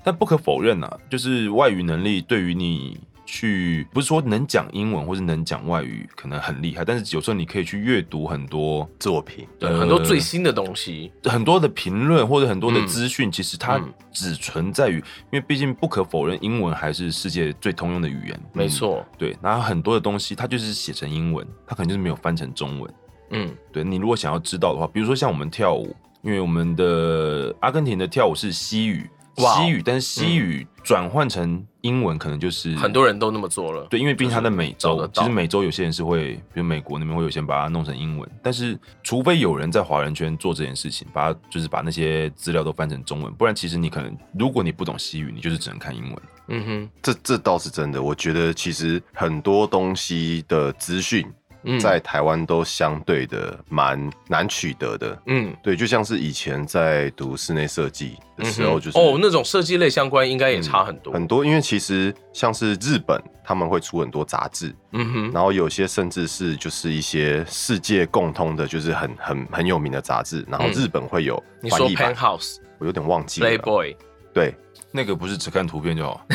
Speaker 4: 但不可否认啊，就是外语能力对于你去，不是说能讲英文或是能讲外语可能很厉害，但是有时候你可以去阅读很多
Speaker 2: 作品
Speaker 3: 对，很多最新的东西，
Speaker 4: 很多的评论或者很多的资讯，其实它
Speaker 3: 嗯
Speaker 4: 只存在于，因为毕竟不可否认，英文还是世界最通用的语言。
Speaker 3: 没错，
Speaker 4: 对，然后很多的东西它就是写成英文，它可能就是没有翻成中文。
Speaker 3: 嗯，
Speaker 4: 对你如果想要知道的话，比如说像我们跳舞，因为我们的阿根廷的跳舞是西语，
Speaker 3: 哇哦
Speaker 4: 西语，但是西语转换成英文可能就是
Speaker 3: 很多人都那么做了，
Speaker 4: 对，因为毕竟它在美
Speaker 3: 找得
Speaker 4: 洲，
Speaker 3: 到
Speaker 4: 其实美洲有些人是会，比如美国那边会有些人把它弄成英文，但是除非有人在华人圈做这件事情，把它就是把那些资料都翻成中文，不然其实你可能如果你不懂西语，你就是只能看英文。
Speaker 3: 嗯哼，
Speaker 2: 这这倒是真的。我觉得其实很多东西的资讯
Speaker 3: 嗯
Speaker 2: 在台湾都相对的蛮难取得的。
Speaker 3: 嗯。
Speaker 2: 对，就像是以前在读室内设计的
Speaker 3: 嗯
Speaker 2: 时
Speaker 3: 哼
Speaker 2: 候，就是嗯
Speaker 3: 哦，那种设计类相关应该也差很多。
Speaker 2: 很多，因为其实像是日本，他们会出很多杂志，
Speaker 3: 嗯哼，
Speaker 2: 然后有些甚至是就是一些世界共通的，就是很很很有名的杂志，然后
Speaker 3: 嗯
Speaker 2: 日本会有
Speaker 3: 你
Speaker 2: 翻
Speaker 3: 说
Speaker 2: 译版，
Speaker 3: Penthouse、
Speaker 2: 我有点忘记了。
Speaker 3: Playboy，
Speaker 2: 对，
Speaker 4: 那个不是只看图片就 好，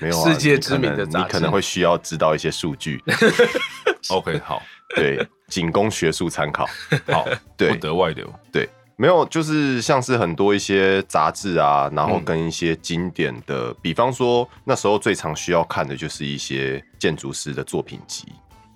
Speaker 2: 没有啊、
Speaker 3: 世界
Speaker 2: 你可
Speaker 3: 知名的
Speaker 2: 能
Speaker 3: 杂
Speaker 2: 你可能
Speaker 3: 志
Speaker 2: 会需要知道一些数据，
Speaker 4: OK，好，
Speaker 2: 对，仅供学术参考。
Speaker 4: 好，
Speaker 2: 对
Speaker 4: 不得外流。
Speaker 2: 没有，就是像是很多一些杂志啊，然后
Speaker 3: 嗯
Speaker 2: 跟一些经典的，比方说那时候最常需要看的就是一些建筑师的作品集。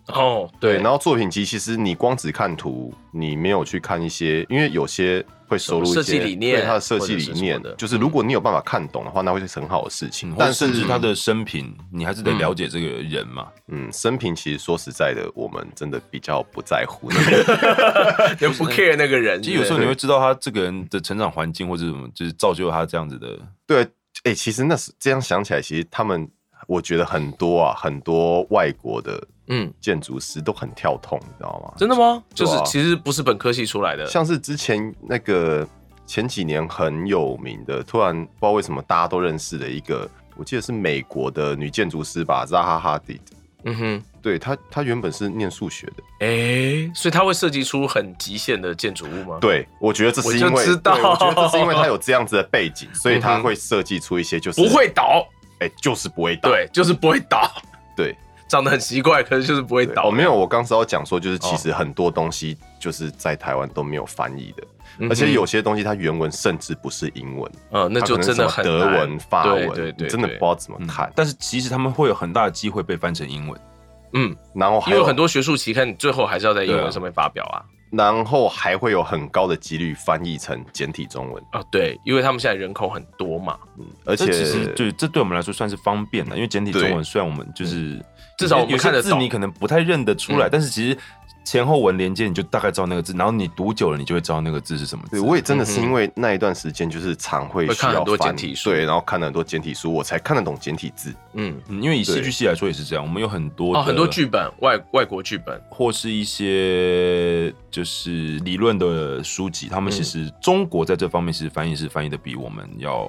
Speaker 3: 哦，
Speaker 2: 对，
Speaker 3: 对，
Speaker 2: 然后作品集其实你光只看图，你没有去看一些，因为有些会收录一些
Speaker 3: 设计理念
Speaker 2: 对它的设计
Speaker 3: 或
Speaker 2: 理
Speaker 3: 者是什
Speaker 2: 念
Speaker 3: 么的，嗯
Speaker 2: 就是如果你有办法看懂的话，那会是很好的事情。
Speaker 4: 但
Speaker 2: 但
Speaker 4: 甚
Speaker 2: 是
Speaker 4: 至他的生平，你还是得了解这个人嘛。
Speaker 2: 嗯，生平其实说实在的，我们真的比较不在乎那 个
Speaker 3: 你不 care 那个人，
Speaker 4: 其实有时候
Speaker 3: 对
Speaker 4: 你会知道他这个人的成长环境或者什么，就是造就他这样子的。
Speaker 2: 对，哎、其实那是这样想起来，其实他们我觉得很多啊，很多外国的
Speaker 3: 嗯，
Speaker 2: 建筑师都很跳痛，你知道吗？
Speaker 3: 真的吗？就是
Speaker 2: 对啊
Speaker 3: 其实不是本科系出来的，
Speaker 2: 像是之前那个前几年很有名的，突然不知道为什么大家都认识的一个，我记得是美国的女建筑师吧，扎哈哈迪。
Speaker 3: 嗯哼，
Speaker 2: 对她，她原本是念数学的。
Speaker 3: 哎，所以他会设计出很极限的建筑物吗？，
Speaker 2: 对，我觉得这是因为，
Speaker 3: 我就知道
Speaker 2: 对我觉得这是因为她有这样子的背 景，所以她会设计出一些就是
Speaker 3: 不，会倒，
Speaker 2: 哎、就是不会倒。
Speaker 3: 嗯对，就是不会倒，
Speaker 2: 对
Speaker 3: 长得很奇怪，可是就是不会
Speaker 2: 对
Speaker 3: 倒。
Speaker 2: 哦，没有，我刚是要讲说，就是其实很多东西就是在台湾都没有翻译的，
Speaker 3: 嗯哼，
Speaker 2: 而且有些东西它原文甚至不是英文。
Speaker 3: 嗯，那
Speaker 2: 它
Speaker 3: 就
Speaker 2: 可能
Speaker 3: 真的
Speaker 2: 什
Speaker 3: 很
Speaker 2: 么德
Speaker 3: 难
Speaker 2: 文、法文，
Speaker 3: 对对对，
Speaker 2: 你真的不
Speaker 3: 对
Speaker 2: 知道怎么
Speaker 4: 嗯
Speaker 2: 看。
Speaker 4: 但是其实他们会有很大的机会被翻成英文。
Speaker 3: 嗯，
Speaker 2: 然后还
Speaker 3: 因为很，多学术期刊，你最后还是要在英
Speaker 4: 对啊
Speaker 3: 文上面发表啊。
Speaker 2: 然后还会有很高的几率翻译成简体中文，
Speaker 3: 啊，对，因为他们现在人口很多嘛，
Speaker 2: 而
Speaker 4: 这
Speaker 2: 且
Speaker 4: 其实对这对我们来说算是方便的，因为简体中文
Speaker 2: 对
Speaker 4: 虽然我们就是
Speaker 3: 至少我们
Speaker 4: 有些
Speaker 3: 看得
Speaker 4: 字
Speaker 3: 懂
Speaker 4: 你可能不太认得出来，但是其实前后文连接你就大概知道那个字，然后你读久了你就会知道那个字是什么字。
Speaker 2: 对
Speaker 4: 啊
Speaker 2: 我也真的是因为那一段时间就是常会
Speaker 3: 嗯会
Speaker 2: 需
Speaker 3: 看
Speaker 2: 要
Speaker 3: 很多
Speaker 2: 翻
Speaker 3: 简体书
Speaker 2: 对，然后看了很多简体书，我才看得懂简体字。
Speaker 3: 嗯，
Speaker 4: 嗯因为以戏剧
Speaker 2: 对
Speaker 4: 系来说也是这样，我们有很多
Speaker 3: 哦，
Speaker 4: 的
Speaker 3: 很多剧本，外外国剧本，
Speaker 4: 或是一些就是理论的书籍，他们其实中国在这方面其实翻译是翻译的比我们要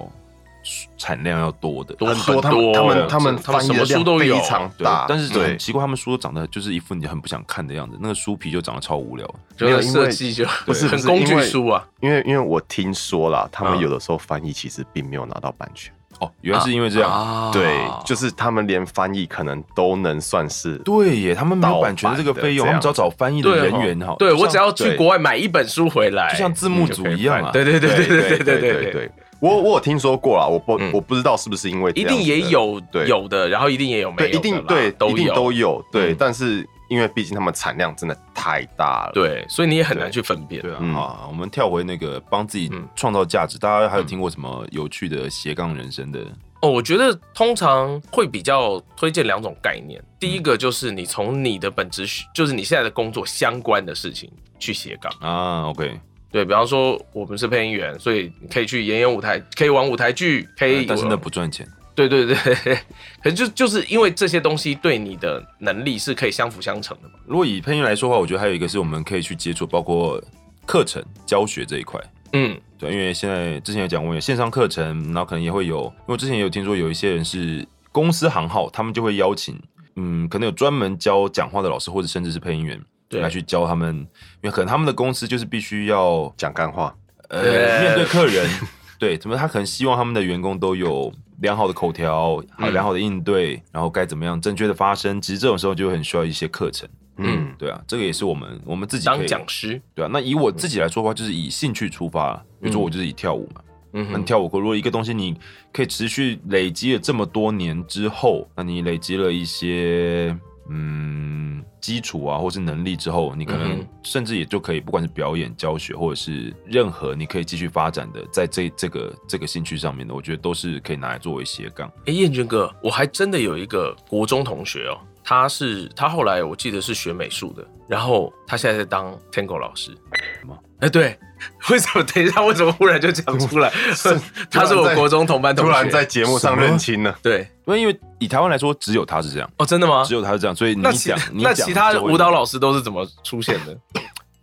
Speaker 4: 产量要多的。
Speaker 3: 多
Speaker 2: 很多他
Speaker 3: 多
Speaker 2: 们他们他们翻译
Speaker 3: 真的他们什
Speaker 2: 的
Speaker 3: 么书
Speaker 2: 量
Speaker 3: 都有
Speaker 2: 非，常
Speaker 4: 对啊
Speaker 2: 大，，
Speaker 4: 但是很
Speaker 2: 对
Speaker 4: 奇怪，他们书都长得就是一副你很不想看的样子，那个书皮就长得超无聊。
Speaker 2: 没
Speaker 3: 就
Speaker 2: 有
Speaker 3: 是
Speaker 2: 因
Speaker 3: 设
Speaker 2: 为
Speaker 3: 计就
Speaker 2: 不是不
Speaker 3: 很
Speaker 2: 是
Speaker 3: 工
Speaker 2: 因
Speaker 3: 具
Speaker 2: 为
Speaker 3: 书啊，
Speaker 2: 因为因为我听说啦，他们
Speaker 3: 嗯
Speaker 2: 有的时候翻译其实并没有拿到版权，
Speaker 4: 哦，原来是因为这样。
Speaker 3: 啊
Speaker 2: 对，就是他们连翻译可能都能算是
Speaker 4: 对耶，他们没有版权的这个费
Speaker 2: 盗
Speaker 4: 用，
Speaker 2: 版的
Speaker 4: 他们只要找翻译的
Speaker 3: 对
Speaker 4: 人
Speaker 3: 哦
Speaker 4: 员哈。
Speaker 3: 对
Speaker 4: 就像
Speaker 3: 我只要去
Speaker 2: 对
Speaker 3: 国外买一本书回来，
Speaker 4: 就像字幕组一样啊。
Speaker 3: 对对对对对对对对
Speaker 2: 对对，我我有听说过啦，我不
Speaker 3: 嗯
Speaker 2: 我不知道是不是因为这
Speaker 3: 一
Speaker 2: 样子
Speaker 3: 定
Speaker 2: 的
Speaker 3: 也有
Speaker 2: 对
Speaker 3: 有的，然后一定也有没
Speaker 2: 对
Speaker 3: 有的
Speaker 2: 一
Speaker 3: 啦，
Speaker 2: 定对
Speaker 3: 都
Speaker 2: 一定都有对，
Speaker 3: 嗯
Speaker 2: 但是因为毕竟他们产量真的太大了，
Speaker 3: 对，所以你也很难
Speaker 2: 对
Speaker 3: 去分辨
Speaker 4: 对。啊，
Speaker 2: 嗯
Speaker 4: 好，我们跳回那个帮自己
Speaker 3: 嗯
Speaker 4: 创造价值。大家还有听过什么有趣的斜杠人生的？
Speaker 3: 哦，我觉得通常会比较推荐两种概念，第一个就是你从你的本职，就是你现在的工作相关的事情去斜杠。
Speaker 4: 啊，OK，
Speaker 3: 对比方说，我们是配音员，所以你可以去演演舞台，可以玩舞台剧，可以。
Speaker 4: 呃但是那不赚钱。
Speaker 3: 对对对，可是就就是因为这些东西对你的能力是可以相辅相成的嘛。
Speaker 4: 如果以配音来说的话，我觉得还有一个是我们可以去接触，包括课程教学这一块。
Speaker 3: 嗯
Speaker 4: 对，因为现在之前有讲过，有线上课程，然后可能也会有，因为我之前也有听说有一些人是公司行号，他们就会邀请，嗯，可能有专门教讲话的老师，或者甚至是配音员，
Speaker 3: 对
Speaker 4: 来去教他们，因为可能他们的公司就是必须要
Speaker 2: 讲干话，
Speaker 4: 呃
Speaker 3: 对
Speaker 4: 面对客人，对，怎么他可能希望他们的员工都有良好的口条，还
Speaker 3: 嗯
Speaker 4: 有良好的应对，然后该怎么样正确的发声，其实这种时候就很需要一些课程。
Speaker 2: 嗯，
Speaker 4: 对啊，这个也是我们我们自己可
Speaker 3: 当
Speaker 4: 以
Speaker 3: 讲师，
Speaker 4: 对啊。那以我自己来说的话，就是以兴趣出发，比如说我就是以跳舞嘛。
Speaker 3: 嗯
Speaker 4: 那你
Speaker 3: 哼，
Speaker 4: 跳舞，如果一个东西你可以持续累积了这么多年之后，那你累积了一些嗯基础啊，或是能力之后，你可
Speaker 3: 嗯
Speaker 4: 能
Speaker 3: 哼
Speaker 4: 甚至也就可以，不管是表演、教学，或者是任何你可以继续发展的，在这这个这个兴趣上面的，我觉得都是可以拿来作为斜杠。
Speaker 3: 哎，燕君哥，我还真的有一个国中同学哦，他是他后来我记得是学美术的，然后他现在在当 Tango 老师。什
Speaker 4: 么？
Speaker 3: 哎，对，为什么？等一下，为什么忽然就讲出来？他是我国中同班同
Speaker 2: 突
Speaker 3: 学。
Speaker 2: 然在节目上认清了，
Speaker 3: 对
Speaker 4: 因为因为以台湾来说，只有他是这样，
Speaker 3: 哦，真的吗
Speaker 4: 只？有他是这样，所嗯以你
Speaker 3: 那 其
Speaker 4: 讲你
Speaker 3: 那
Speaker 4: 讲
Speaker 3: 其他
Speaker 4: 就会
Speaker 3: 舞蹈老师都是怎么出现的？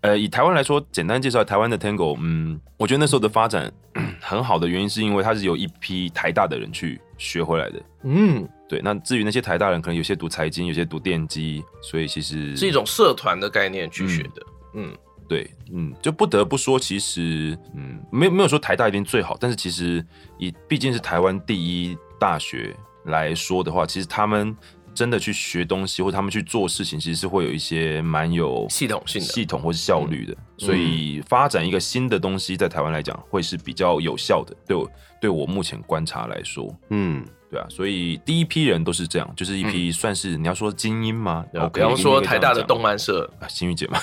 Speaker 4: 呃，以台湾来说，简单介绍台湾的 Tango，嗯，我觉得那时候的发展 很好的原因，是因为它是有一批台大的人去学回来的。
Speaker 3: 嗯，
Speaker 4: 对，那至于那些台大人，可能有些读财经，有些读电机，所以其实
Speaker 3: 是一种社团的概念去学的。嗯，
Speaker 4: 对，嗯，就不得不说，其实嗯，没有没有说台大一定最好，但是其实以毕竟是台湾第一大学来说的话，其实他们真的去学东西或他们去做事情，其实是会有一些蛮有
Speaker 3: 系统性的嗯
Speaker 4: 系统或是效率的，所以发展一个新的东西，在台湾来讲会是比较有效的。对我对我目前观察来说，
Speaker 2: 嗯，
Speaker 4: 对啊，所以第一批人都是这样，就是一批算是、你要说精英吗？
Speaker 3: 嗯对啊
Speaker 4: OK，
Speaker 3: 比方说
Speaker 4: 你哦可以
Speaker 3: 台
Speaker 4: 这样
Speaker 3: 大的
Speaker 4: 讲
Speaker 3: 动漫社，
Speaker 4: 啊，新宇姐嘛，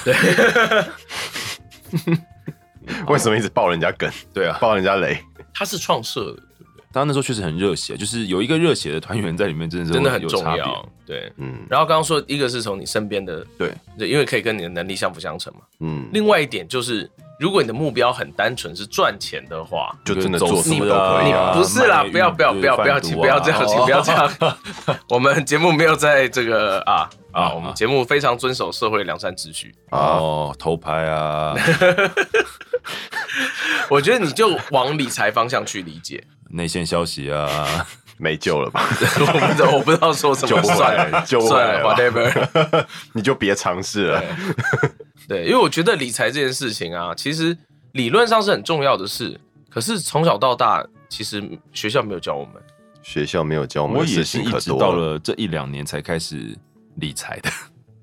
Speaker 2: 为什么一直爆人家梗，
Speaker 4: 对啊，
Speaker 2: 爆人家雷？
Speaker 3: 他是创社的，
Speaker 4: 哦当然那时候确实很热血，就是有一个热血的团员在里面，真的是
Speaker 3: 真的
Speaker 4: 会
Speaker 3: 很
Speaker 4: 有
Speaker 3: 重
Speaker 4: 差别
Speaker 3: 要。对，
Speaker 2: 嗯
Speaker 3: 然后刚刚说一个是从你身边的，
Speaker 4: 对
Speaker 3: 对，因为可以跟你的能力相辅相成嘛。
Speaker 2: 嗯，
Speaker 3: 另外一点就是，如果你的目标很单纯是赚钱的话，
Speaker 2: 就真的
Speaker 4: 走
Speaker 2: 做
Speaker 4: 私
Speaker 2: 什么
Speaker 4: 的
Speaker 2: 都
Speaker 4: 啊
Speaker 2: 可以
Speaker 4: 你
Speaker 2: 啊
Speaker 3: 不。是啦，
Speaker 4: 卖
Speaker 3: 不要不要
Speaker 4: 鱼
Speaker 3: 不要
Speaker 4: 贩
Speaker 3: 不要，
Speaker 4: 毒
Speaker 3: 请
Speaker 4: 啊
Speaker 3: 不要这 样，
Speaker 4: 哦
Speaker 3: 请不要这样。我们节目没有在这个啊啊，
Speaker 4: 啊
Speaker 3: 我们节目非常遵守社会良善秩序。
Speaker 2: 啊
Speaker 4: 哦，偷拍啊，
Speaker 3: 我觉得你就往理财方向去理解。
Speaker 4: 内线消息啊，
Speaker 2: 没救了吧？
Speaker 3: 我不知道我不知道说什
Speaker 2: 救
Speaker 3: 么，
Speaker 2: 不回
Speaker 3: 算
Speaker 2: 来
Speaker 3: 了
Speaker 2: 了，救不回
Speaker 3: 算
Speaker 2: 来
Speaker 3: 了
Speaker 2: 了，
Speaker 3: ，whatever。
Speaker 2: 你就别尝试了。
Speaker 3: 对，因为我觉得理财这件事情啊，其实理论上是很重要的事，可是从小到大，其实学校没有教我们。
Speaker 2: 学校没有 教我们
Speaker 4: 我
Speaker 2: 的
Speaker 4: 也
Speaker 2: 事
Speaker 4: 是
Speaker 2: 情
Speaker 4: 一
Speaker 2: 可
Speaker 4: 直到
Speaker 2: 多了，
Speaker 4: 了这一两年才开始理财的。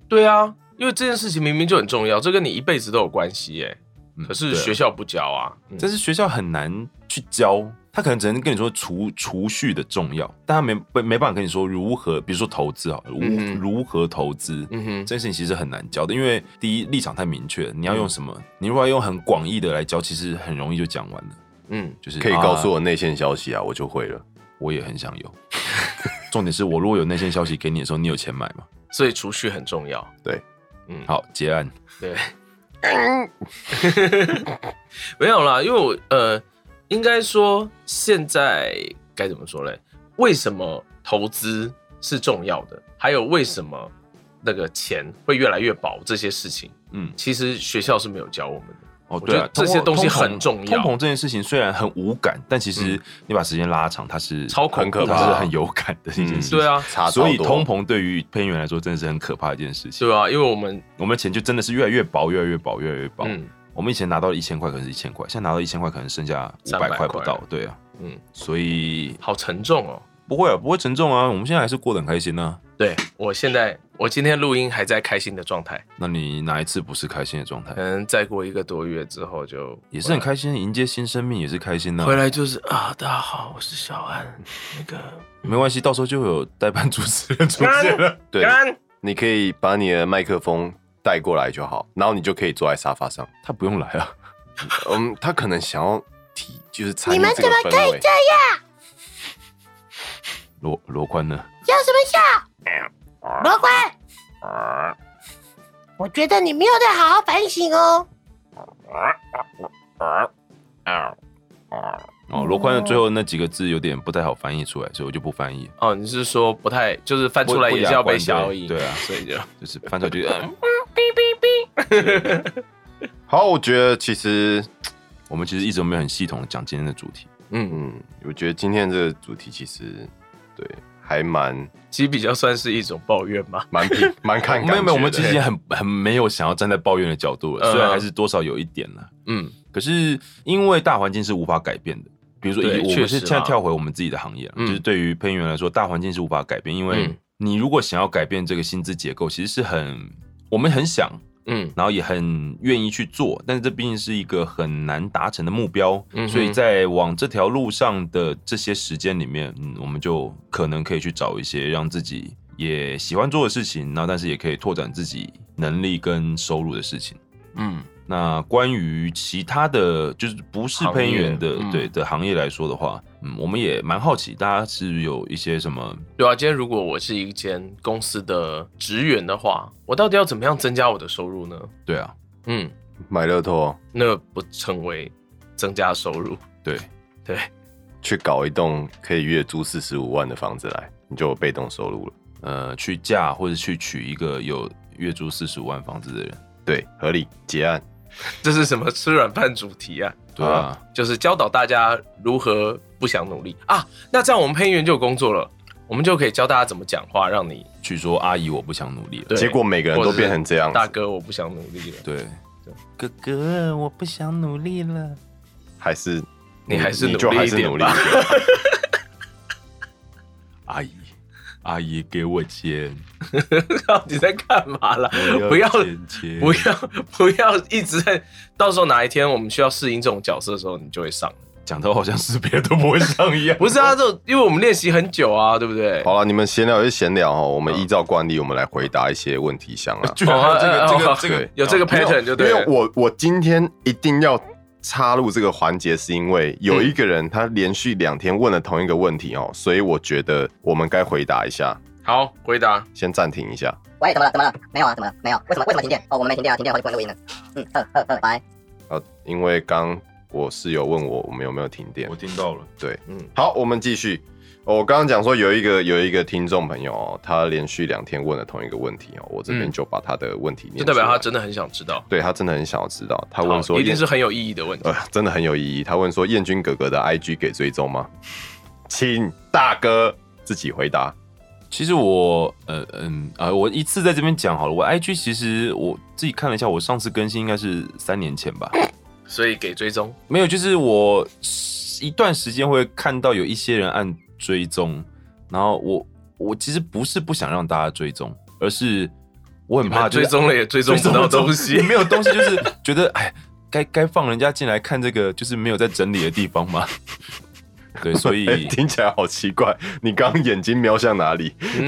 Speaker 3: 对啊，因为这件事情明明就很重要，这跟你一辈子都有关系耶。
Speaker 4: 嗯
Speaker 3: 可是
Speaker 4: 对啊
Speaker 3: 学校不教啊，嗯
Speaker 4: 但是学校很难去教，他可能只能跟你说储储蓄的重要，但他没没没办法跟你说如何，比如说投资啊，如、
Speaker 3: 嗯
Speaker 4: 如何投资。
Speaker 3: 嗯哼，
Speaker 4: 这件事情其实很难教的，因为第一立场太明确，你
Speaker 2: 嗯
Speaker 4: 要用什么？你如果要用很广义的来教，其实很容易就讲完了。
Speaker 3: 嗯，
Speaker 4: 就是啊
Speaker 2: 可以告诉
Speaker 4: 我，
Speaker 2: 我内线消息啊，我就会了。
Speaker 4: 我也很想有。 重点是我如果有内线消息给你的时候，你有钱买吗？
Speaker 3: 所以储蓄很重要。
Speaker 4: 好，结案。
Speaker 3: 对， 没有啦，因为我呃，应该说现在该怎么说嘞？为什么投资是重要的？还有为什么那个钱会越来越薄？这些事情，
Speaker 4: 嗯
Speaker 3: 其实学校是没有教我们的。
Speaker 4: 哦，
Speaker 3: 我
Speaker 4: 对
Speaker 3: 觉
Speaker 4: 啊
Speaker 3: 得，这些
Speaker 4: 通
Speaker 3: 东西
Speaker 4: 通
Speaker 3: 很
Speaker 4: 膨
Speaker 3: 重要嗯
Speaker 4: 通膨这件事情虽然很无感，但其实你把时间拉长，它是
Speaker 3: 超恐
Speaker 4: 很
Speaker 3: 怖
Speaker 4: 可
Speaker 3: 的
Speaker 4: 怕，它是很有感的一件事情。
Speaker 3: 对啊，
Speaker 2: 差
Speaker 4: 所以
Speaker 2: 超多
Speaker 4: 通膨对于配音员来说真的是很可怕的一件事情。
Speaker 3: 对啊，因为我们
Speaker 4: 我们的钱就真的是越来越薄，越来越薄，越来越薄。
Speaker 3: 嗯
Speaker 4: 我们以前拿到一千块，可能是一千块，现在拿到一千块，可能剩下五百
Speaker 3: 300
Speaker 4: 块不
Speaker 3: 块
Speaker 4: 到。对啊，
Speaker 3: 嗯，
Speaker 4: 所以
Speaker 3: 好沉重哦。
Speaker 4: 不会啊，不会沉重啊，我们现在还是过得很开心啊呢、
Speaker 3: 对我现在，我今天录音还在开心的状态，
Speaker 4: 那你哪一次不是开心的状态
Speaker 3: 可？能再过一个多月之后就
Speaker 4: 也是很开心，迎接新生命也是开心的、
Speaker 3: 回来就是啊，大家好，我是小安，那个
Speaker 4: 没关系，到时候就会有代班主持人出现了。
Speaker 2: 对，你可以把你的麦克风带过来就好，然后你就可以坐在沙发上。
Speaker 4: 他不用来啊，
Speaker 2: 嗯，他可能想要提，就是参与这个氛围。
Speaker 4: 罗罗宽呢？
Speaker 5: 笑什么笑？啊魔鬼！我觉得你没有在好好反省哦。
Speaker 4: 哦，罗宽的最后那几个字有点不太好翻译出来，所以我就不翻译。
Speaker 3: 哦，你是说不太就是翻出来
Speaker 4: 不不
Speaker 3: 也
Speaker 4: 雅
Speaker 3: 是要被
Speaker 4: 观
Speaker 3: 消
Speaker 4: 对
Speaker 3: 音，
Speaker 4: 对啊
Speaker 3: 所以就
Speaker 4: 就是翻出来就，呃
Speaker 2: 好，我觉得其实，
Speaker 4: 我们其实一直都没有很系统的讲今天的主题。
Speaker 3: 嗯，
Speaker 2: 嗯，我觉得今天这个主题其实对，还蛮
Speaker 3: 其实比较算是一种抱怨吧。
Speaker 2: 蛮平蛮看感觉
Speaker 4: 没有没有，我们
Speaker 2: 之
Speaker 4: 之前很很没有想要站在抱怨的角度了，
Speaker 3: 嗯
Speaker 4: 虽然还是多少有一点了，
Speaker 3: 嗯
Speaker 4: 可是因为大环境是无法改变的，比如说
Speaker 3: 对
Speaker 4: 以我
Speaker 3: 确
Speaker 4: 们
Speaker 3: 实
Speaker 4: 是
Speaker 3: 啊
Speaker 4: 现在跳回我们自己的行业了，
Speaker 3: 嗯
Speaker 4: 就是对于配音员来说，大环境是无法改变，因为
Speaker 3: 嗯
Speaker 4: 你如果想要改变这个薪资结构，其实是很我们很想，
Speaker 3: 嗯，
Speaker 4: 然后也很愿意去做，但是这毕竟是一个很难达成的目标，
Speaker 3: 嗯哼
Speaker 4: 所以在往这条路上的这些时间里面，嗯，我们就可能可以去找一些让自己也喜欢做的事情，然后但是也可以拓展自己能力跟收入的事情。
Speaker 3: 嗯，
Speaker 4: 那关于其他的，就是不是配音员的
Speaker 3: 行业嗯
Speaker 4: 对的行业来说的话，嗯，我们也蛮好奇，大家是有一些什么
Speaker 3: 对啊，今天如果我是一间公司的职员的话，我到底要怎么样增加我的收入呢？
Speaker 4: 对啊，
Speaker 3: 嗯，
Speaker 2: 买乐透哦
Speaker 3: 那不成为增加收入，
Speaker 4: 对，
Speaker 3: 对，
Speaker 2: 去搞一栋可以月租四十五万的房子来，你就有被动收入了。
Speaker 4: 呃，去嫁或者去娶一个有月租四十五万房子的人，
Speaker 2: 对，合理结案。
Speaker 3: 这是什么吃软饭主题啊？
Speaker 4: 对啊，
Speaker 3: 就是教导大家如何不想努力啊。那这样我们配音员就有工作了，我们就可以教大家怎么讲话，让你
Speaker 4: 去说阿姨我不想努力了，
Speaker 3: 对
Speaker 2: 结果每个人都
Speaker 3: 或者是
Speaker 2: 变成这样子
Speaker 3: 大哥，我不想努力了，
Speaker 4: 对
Speaker 6: 哥哥，我不想努力了。
Speaker 2: 还是
Speaker 3: 你还是
Speaker 2: 你
Speaker 3: 努
Speaker 2: 就
Speaker 3: 力
Speaker 2: 还
Speaker 3: 一
Speaker 2: 是努
Speaker 3: 点
Speaker 2: 力
Speaker 3: 吧。
Speaker 2: 一点
Speaker 4: 阿姨阿姨给我钱，
Speaker 3: 到底在干嘛啦？不
Speaker 4: 不
Speaker 3: 要
Speaker 4: 钱钱，
Speaker 3: 不要不要一直在，到时候哪一天我们需要适应这种角色的时候，你就会上。
Speaker 4: 讲到好像是别的都不会上一样，
Speaker 3: 不是啊，这种因为我们练习很久啊，对不 对？
Speaker 2: 好了，你们闲聊就闲聊哦。我
Speaker 3: 嗯
Speaker 2: 们依照惯例，我们来回答一些问题箱 啊。
Speaker 4: 居然还有这个
Speaker 3: 哦
Speaker 4: 这
Speaker 3: 哦
Speaker 4: 个
Speaker 3: 哦
Speaker 4: 这个
Speaker 2: 对
Speaker 3: 有这个
Speaker 2: 没有
Speaker 3: pattern 就对
Speaker 2: 因
Speaker 3: 了
Speaker 2: 为。我我今天一定要插入这个环节，是因为有一个人他连续两天问了同一个问题哦，所以我觉得我们该回答一下，
Speaker 3: 好，回答。
Speaker 2: 先暂停一下。
Speaker 7: 喂，怎么了？怎么了？没有啊，怎么了？没有？为什么？为什么停电？哦，我们没停电啊，停电的话就不会录音了。嗯，呵呵呵，拜。
Speaker 2: 啊，因为刚我室友问我我们有没有停电
Speaker 4: 我，听到了，
Speaker 2: 对，
Speaker 3: 嗯
Speaker 2: 嗯，好，我们继续。哦我刚刚讲说有一个有一个听众朋友哦，他连续两天问了同一个问题哦，我这边
Speaker 3: 嗯
Speaker 2: 就把他的问题念
Speaker 3: 就
Speaker 2: 出来、
Speaker 3: 代表他真的很想知道。
Speaker 2: 对他真的很想要知道，他
Speaker 3: 好
Speaker 2: 问说
Speaker 3: 一定
Speaker 2: 燕
Speaker 3: 是很有意义的问题。
Speaker 2: 呃真的很有意义，他问说燕君哥哥的 IG 给追踪吗？请大哥自己回答。
Speaker 4: 其实我呃嗯啊、我一次在这边讲好了。我 IG 其实我自己看了一下，我上次更新应该是三年前 吧。
Speaker 3: 所以给追踪。
Speaker 4: 没有，就是我一段时间会看到有一些人按追踪，然后我我其实不是不想让大家追踪，而是我很怕就是
Speaker 3: 追踪了也追踪
Speaker 4: 追
Speaker 3: 不
Speaker 4: 踪。
Speaker 3: 到东西
Speaker 4: 没有东西，就是觉得哎，该该放人家进来看这个，就是没有在整理的地方嘛。对，所
Speaker 2: 哎、
Speaker 4: 以
Speaker 2: 听起来好奇怪，你刚刚眼睛瞄向哪里？
Speaker 3: 嗯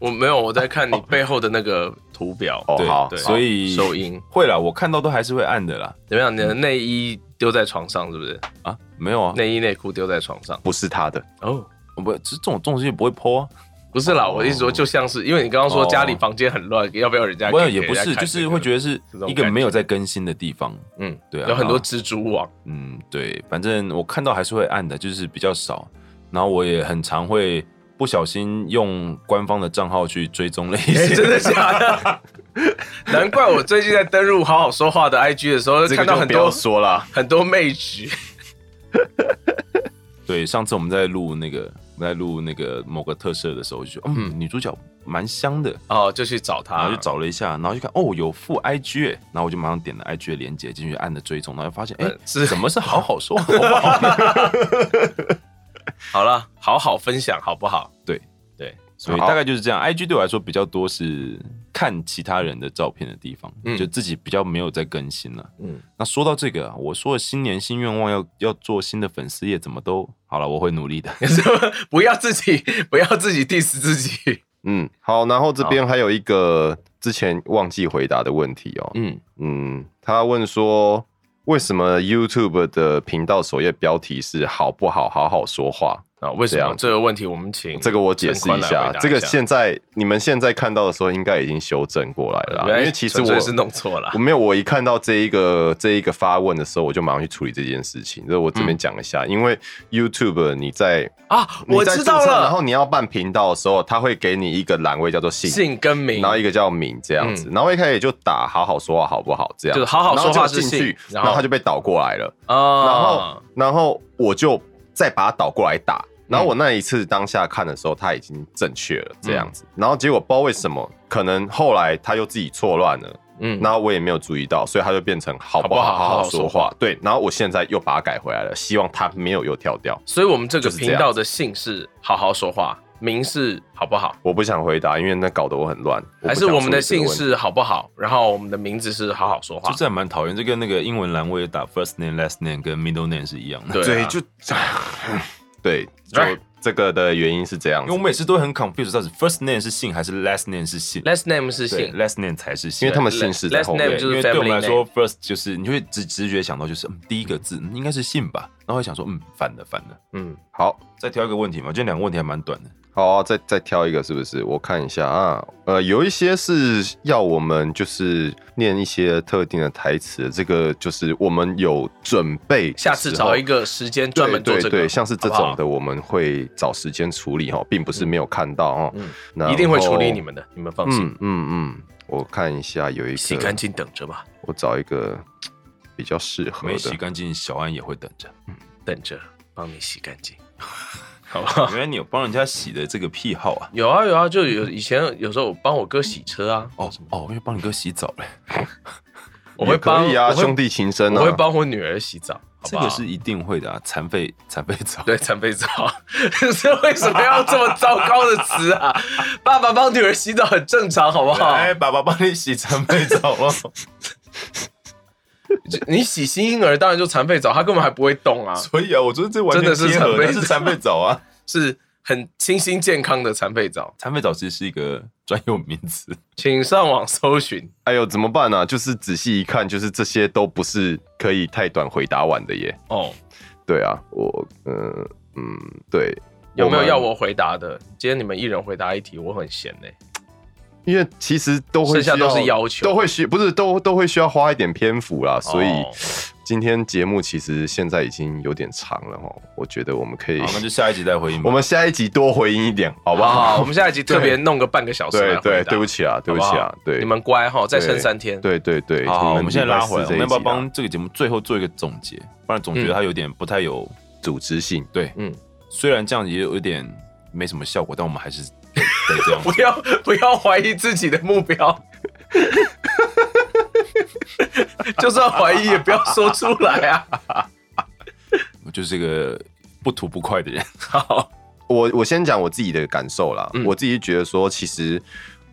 Speaker 3: 我没有，我在看你背后的那个图表。
Speaker 2: 哦，
Speaker 4: 对
Speaker 2: 好，
Speaker 3: 对
Speaker 4: 所以
Speaker 3: 收音
Speaker 4: 会啦，我看到都还是会按的啦。
Speaker 3: 怎么样？你的内衣丢在床上是不是？
Speaker 4: 啊，没有啊，
Speaker 3: 内衣内裤丢在床上。
Speaker 2: 不是他的，
Speaker 3: 哦，
Speaker 4: 我不，这这种这种东西不会剖啊，
Speaker 3: 不是啦，我的意思说，就像是因为你刚刚说
Speaker 4: 哦
Speaker 3: 家里房间很乱，要不要人家？
Speaker 4: 不也不
Speaker 3: 给
Speaker 4: 是，
Speaker 3: 人家看
Speaker 4: 就是
Speaker 3: 这个
Speaker 4: 会觉得是
Speaker 3: 这种
Speaker 4: 一
Speaker 3: 感
Speaker 4: 个
Speaker 3: 觉
Speaker 4: 没有在更新的地方。
Speaker 3: 嗯，
Speaker 4: 对啊
Speaker 3: 有很多
Speaker 4: 然后
Speaker 3: 蜘蛛网。
Speaker 4: 嗯，对，反正我看到还是会按的，就是比较少。然后我也很常会不小心用官方的账号去追踪了一
Speaker 3: 哎
Speaker 4: 些，
Speaker 3: 真的假的？ 难怪我最近在登入好好说话的 IG 的时候，
Speaker 2: 这
Speaker 3: 看
Speaker 2: 个
Speaker 3: 到
Speaker 2: 就
Speaker 3: 很
Speaker 2: 不要
Speaker 3: 多
Speaker 2: 说啦。
Speaker 3: 很多妹局。
Speaker 4: 对，上次我们在录那个我们在录那个某个特色的时候，就觉得嗯，女主角蛮香的，
Speaker 3: 哦，就去找
Speaker 4: 然
Speaker 3: 他，
Speaker 4: 后就找了一下，然后就看哦有附 IG，欸然后我就马上点了 IG 的链接进去按了追踪，然后发现哎
Speaker 3: 嗯是
Speaker 4: 怎么是好好说 好不好？
Speaker 3: 好了，好好分享好不好？
Speaker 4: 对
Speaker 3: 对，
Speaker 4: 所以大概就是这样，IG 对我来说比较多是看其他人的照片的地方，
Speaker 3: 嗯
Speaker 4: 就自己比较没有在更新了。
Speaker 3: 嗯，
Speaker 4: 那说到这个啊，我说的新年新愿望要要做新的粉丝页，怎么都好了，我会努力的。
Speaker 3: 不要自己不要自己 diss 自己。
Speaker 2: 嗯，好，然后这边还有一个之前忘记回答的问题哦。
Speaker 3: 嗯，
Speaker 2: 嗯，他问说，为什么 YouTube 的频道首页标题是“好不好好好说话
Speaker 3: 啊，为什
Speaker 2: 这
Speaker 3: 么
Speaker 2: 样
Speaker 3: 这个问题我们请
Speaker 2: 这个我解释一
Speaker 3: 嗯陈宽来
Speaker 2: 下
Speaker 3: 回答，
Speaker 2: 这个现在你们现在看到的时候，应该已经修正过来了啊，
Speaker 3: 原来
Speaker 2: 因为其实
Speaker 3: 哎纯
Speaker 2: 我
Speaker 3: 粹是弄错了啊
Speaker 2: 我。没有，我一看到这一个这一个发问的时候，我就马上去处理这件事情。所以我这边讲一下，因为 YouTube 你在
Speaker 3: 啊，
Speaker 2: 你
Speaker 3: 嗯我
Speaker 2: 在
Speaker 3: 知道
Speaker 2: 注册然
Speaker 3: 了
Speaker 2: 后，你要办频道的时候，他会给你一个栏位叫做姓
Speaker 3: 姓跟名
Speaker 2: 然，后一个叫敏这样子，然后一开始就打好好说话好不好这样，
Speaker 3: 嗯就是好好说话
Speaker 2: 然后
Speaker 3: 是
Speaker 2: 就进去，
Speaker 3: 信然
Speaker 2: 然
Speaker 3: 后
Speaker 2: 后他就被倒过来了，然
Speaker 3: 啊
Speaker 2: 后，然后我就再把它倒过来打，
Speaker 3: 嗯
Speaker 2: 然后我那一次当下看的时候他已经正确了这样子，然后结果不知道为什么，可能后来他又自己错乱了，
Speaker 3: 嗯，
Speaker 2: 然后我也没有注意到，所以他就变成好不
Speaker 3: 好
Speaker 2: 好好
Speaker 3: 不好好
Speaker 2: 好
Speaker 3: 好
Speaker 2: 说
Speaker 3: 说
Speaker 2: 话。对，然后我现在又把它改回来了，希望他没有又跳掉。
Speaker 3: 所以我们这个
Speaker 2: 就是这样
Speaker 3: 频道的姓是好好说话，名是好不好？
Speaker 2: 我不想回答，因为那搞得我很乱。
Speaker 3: 还是我们的姓
Speaker 2: 姓氏？
Speaker 3: 是好不好？然后我们的名字是好好说话
Speaker 4: 就。这还蛮讨厌，这跟那个英文栏位打 first name last name 跟 middle name 是一样的。
Speaker 3: 对
Speaker 2: 对，
Speaker 3: 啊
Speaker 2: 就对，就
Speaker 3: 哎
Speaker 2: 这个的原因是这样
Speaker 4: 因
Speaker 2: 子
Speaker 4: 为我，每次都很 confused，到底 first name 是姓还是 last name 是姓
Speaker 3: Last name
Speaker 4: 对
Speaker 3: 是姓，
Speaker 4: last name 才是姓，
Speaker 2: 因为他们姓氏在
Speaker 3: last
Speaker 2: 后
Speaker 3: name
Speaker 2: 面
Speaker 4: 对，
Speaker 3: 就是
Speaker 4: 因为对我
Speaker 3: family
Speaker 4: 们来说，first 就是你会直直觉想到就是嗯第一个字嗯应该是姓吧，然后会想说嗯反了反了。
Speaker 2: 嗯，好。
Speaker 4: 再挑一个问题嘛，这两个问题还蛮短的。
Speaker 2: 好啊、再再挑一个，是不是？我看一下啊，呃，有一些是要我们就是念一些特定的台词，这个就是我们有准备的时候，
Speaker 3: 下次找一个时间专门做这个，
Speaker 2: 对对对，像是这
Speaker 3: 好不好
Speaker 2: 种的，我们会找时间处理哦，并不是没有看到哦，然后
Speaker 3: 嗯一定会处理你。们的，你们放心，
Speaker 2: 嗯嗯嗯，我看一下有一
Speaker 3: 洗
Speaker 2: 个，
Speaker 3: 干净等着吧，
Speaker 2: 我找一个比较适合
Speaker 4: 没
Speaker 2: 的
Speaker 4: 洗。干净，小安也会等着。
Speaker 3: 等着帮你洗干净，好不好？
Speaker 4: 原来你有帮人家洗的这个癖好啊？
Speaker 3: 有啊有啊，就有以前有时候我帮我哥洗车啊，
Speaker 4: 哦哦，因为帮你哥洗澡嘞，
Speaker 3: 我
Speaker 2: 也
Speaker 3: 会帮
Speaker 2: 可以啊，
Speaker 3: 我会
Speaker 2: 兄弟情深啊，
Speaker 3: 我会帮我女儿洗澡，好
Speaker 4: 这
Speaker 3: 不好？
Speaker 4: 个是一定会的啊，残废残废澡。
Speaker 3: 对，残废澡， 这为什么要这么糟糕的词啊？ 爸爸帮女儿洗澡很正常，好不
Speaker 2: 啊
Speaker 3: 好？
Speaker 4: 哎，爸爸帮你洗残废澡 了。
Speaker 3: 就你洗新婴儿当然就残废澡，他根本还不会动啊，
Speaker 4: 所以啊，我觉得这完全
Speaker 3: 真的是
Speaker 4: 贴合
Speaker 3: 残废
Speaker 4: 那是残废澡啊。
Speaker 3: 是很清新健康的残废澡，
Speaker 4: 残废澡其实是一个专有名 词，
Speaker 3: 请上网搜寻。
Speaker 2: 哎呦，怎么办呢、啊？就是仔细一看，就是这些都不是可以太短回答完的耶。
Speaker 3: 哦，
Speaker 2: 对啊，我呃嗯，对，
Speaker 3: 有没有
Speaker 2: 们
Speaker 3: 要？我回答的？今天你们一人回答一题，我很闲呢、
Speaker 2: 因为其实都会
Speaker 3: 剩下
Speaker 2: 需要
Speaker 3: 都是要求
Speaker 2: 都会需不是都都会需要花一点篇幅啦。所以
Speaker 3: 哦
Speaker 2: 今天节目其实现在已经有点长了哦，我觉得我们可以
Speaker 4: 好，，那就下一集再回应吧。
Speaker 2: 我们下一集多回应一点，好
Speaker 3: 好
Speaker 2: 不
Speaker 3: 不好？
Speaker 2: 好
Speaker 3: 我？ 们下一集特别弄个半个小时
Speaker 2: 对
Speaker 3: 来回答。
Speaker 2: 对，对不起啊，对不起
Speaker 3: 好
Speaker 2: 啊
Speaker 3: 好，
Speaker 2: 对
Speaker 3: 你们乖哈，再剩三天。，
Speaker 2: 对对对，
Speaker 4: 好，
Speaker 2: 你
Speaker 4: 我们现在拉回
Speaker 2: 礼拜
Speaker 4: 来，我
Speaker 2: 四这
Speaker 4: 们
Speaker 2: 一集啊
Speaker 4: 要不要
Speaker 2: 嗯
Speaker 4: 帮这个节目最后做一个总结？不然总觉得它有点不太有。
Speaker 2: 组织性？
Speaker 4: 对，
Speaker 3: 嗯
Speaker 4: 嗯，虽然这样也有一点没什么效果，但我们还是得 得这样
Speaker 3: 不要不要怀疑自己的目标， 就算怀疑也不要说出来啊。
Speaker 4: 我就是个不吐不快的人。
Speaker 3: 好，
Speaker 2: 我我先讲我自己的感受啦，
Speaker 3: 嗯
Speaker 2: 我自己觉得说，其实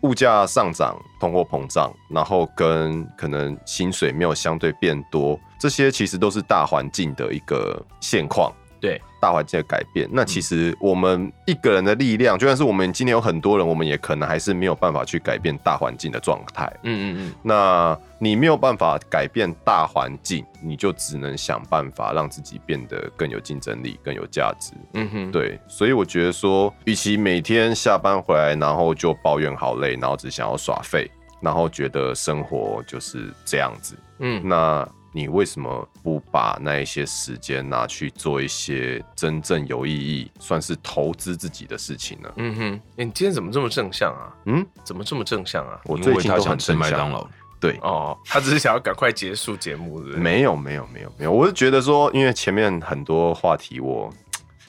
Speaker 2: 物价上涨、通货膨胀，然后跟可能薪水没有相对变多，这些其实都是大环境的一个现况。
Speaker 3: 对，嗯
Speaker 2: 大环境的改变，那其实我们一个人的力量，就算是我们今天有很多人，我们也可能还是没有办法去改变大环境的状态。
Speaker 3: 嗯嗯
Speaker 2: 那你没有办法改变大环境，你就只能想办法让自己变得更有竞争力、更有价值。
Speaker 3: 嗯嗯哼，
Speaker 2: 对，所以我觉得说，与其每天下班回来，然后就抱怨好累，然后只想要耍废，然后觉得生活就是这样子，
Speaker 3: 嗯，
Speaker 2: 那你为什么不把那一些时间拿去做一些真正有意义、算是投资自己的事情呢？
Speaker 3: 嗯哼，哎你今天怎么这么正向啊？
Speaker 2: 嗯，
Speaker 3: 怎么这么正向啊？
Speaker 2: 我
Speaker 4: 因
Speaker 2: 最
Speaker 4: 为
Speaker 2: 近
Speaker 4: 他
Speaker 2: 都
Speaker 4: 想
Speaker 2: 很
Speaker 4: 吃
Speaker 2: 正
Speaker 4: 麦当
Speaker 2: 向。
Speaker 4: 劳，
Speaker 2: 对，
Speaker 3: 哦，他只是想要赶快结束节目，是不是？
Speaker 2: 没有，没有，没有，没有。我是觉得说，因为前面很多话题我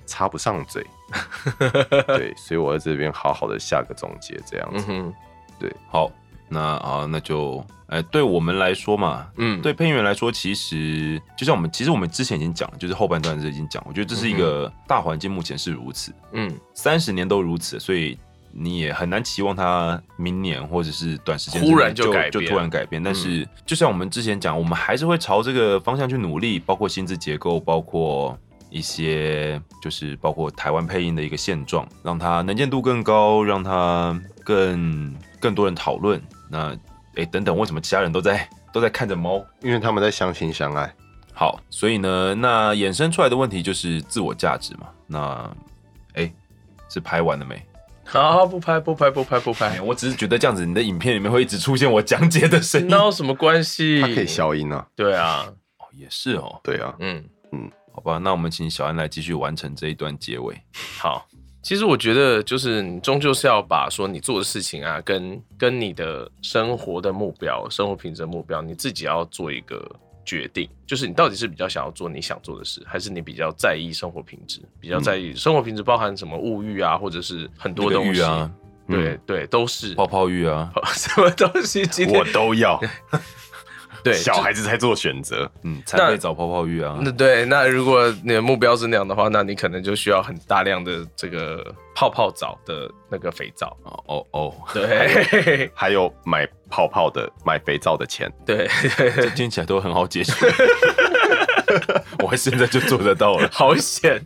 Speaker 2: 插不上 嘴，对，所以我在这边好好的下个总结，这样
Speaker 3: 嗯
Speaker 2: 子。
Speaker 3: 哼，
Speaker 4: 好，那啊，那就哎，对我们来说嘛，
Speaker 3: 嗯，
Speaker 4: 对配音员来说，其实就像我们，其实我们之前已经讲了，就是后半段是已经讲，我觉得这是一
Speaker 2: 嗯
Speaker 4: 个大环境目前是如此，
Speaker 3: 嗯，
Speaker 4: 三十年都如此，所以你也很难期望它明年或者是短时间之内
Speaker 3: 忽然就
Speaker 4: 就
Speaker 3: 改
Speaker 4: 就
Speaker 3: 变嗯
Speaker 4: 突然改变。但是就像我们之前讲，我们还是会朝这个方向去努力，包括薪资结构，包括。一些就是包括台湾配音的一个现状，让它能见度更高，让它更更多人讨论。那哎，等等，为什么其他人都在 都在看着猫？
Speaker 2: 因为他们在相亲相爱。
Speaker 4: 好，所以呢，那衍生出来的问题就是自我价值嘛。那，哎，是拍完了没？
Speaker 3: 好，不拍不拍不拍不
Speaker 4: 哎
Speaker 3: 拍，
Speaker 4: 我只是觉得这样子，你的影片里面会一直出现我讲解的声音。
Speaker 3: 那有什么关系？
Speaker 2: 它可以消音啊，
Speaker 3: 对啊，
Speaker 4: 哦，也是哦。
Speaker 2: 对啊，
Speaker 3: 嗯，
Speaker 4: 好吧，那我们请小安来继续完成这一段结尾。
Speaker 3: 好。其实我觉得，就是你终究是要把说你做的事情啊，跟跟你的生活的目标、生活品质的目标，你自己要做一个决定，就是你到底是比较想要做你想做的事，还是你比较在意生活品质，比较在意生活品质包含什么物欲啊，或者是很多
Speaker 4: 那个
Speaker 3: 东
Speaker 4: 玉
Speaker 3: 西
Speaker 4: 啊，
Speaker 3: 对、对，都是
Speaker 4: 泡泡浴啊，
Speaker 3: 什么东西 今天
Speaker 2: 我都要。
Speaker 3: 对
Speaker 2: 小孩子在做选择，
Speaker 4: 嗯，才可以找泡泡浴啊。
Speaker 3: 那对，那如果你的目标是那样的话，那你可能就需要很大量的这个泡泡澡的那个肥皂。
Speaker 4: 哦哦哦，
Speaker 3: 对
Speaker 2: 还有买泡泡的、买肥皂的钱。
Speaker 3: 对，
Speaker 4: 这听起来都很好解决。 我现在就做得到了。
Speaker 3: 好险，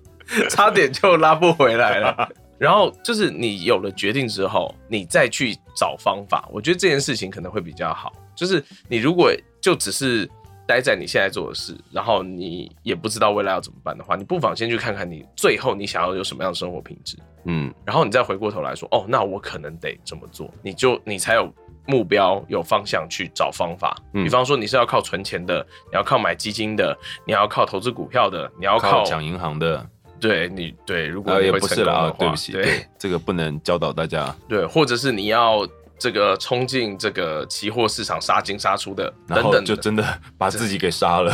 Speaker 3: 差点就拉不回来了。然后就是你有了决定之后，你再去找方法，我觉得这件事情可能会比较好。就是你如果就只是待在你现在做的事，然后你也不知道未来要怎么办的话，你不妨先去看看你最后你想要有什么样的生活品质，
Speaker 2: 嗯，
Speaker 3: 然后你再回过头来说，哦，那我可能得这么做，你就你才有目标、有方向去找方法。
Speaker 2: 嗯
Speaker 3: 比方说你是要靠存钱的，你要靠买基金的，你要靠投资股票的，你要 靠
Speaker 4: 靠抢银行的，
Speaker 3: 对你对，如果
Speaker 4: 呃，
Speaker 3: 你
Speaker 4: 也
Speaker 3: 会
Speaker 4: 不
Speaker 3: 成
Speaker 4: 是
Speaker 3: 功
Speaker 4: 啦，
Speaker 3: 的
Speaker 4: 啊
Speaker 3: 话，
Speaker 4: 对不起，对，这个不能教导大家。
Speaker 3: 对，或者是你要这个冲进这个期货市场杀进杀出的
Speaker 4: 然
Speaker 3: 等
Speaker 4: 后
Speaker 3: 等
Speaker 4: 就
Speaker 3: 的，
Speaker 4: 真的把自己给杀了。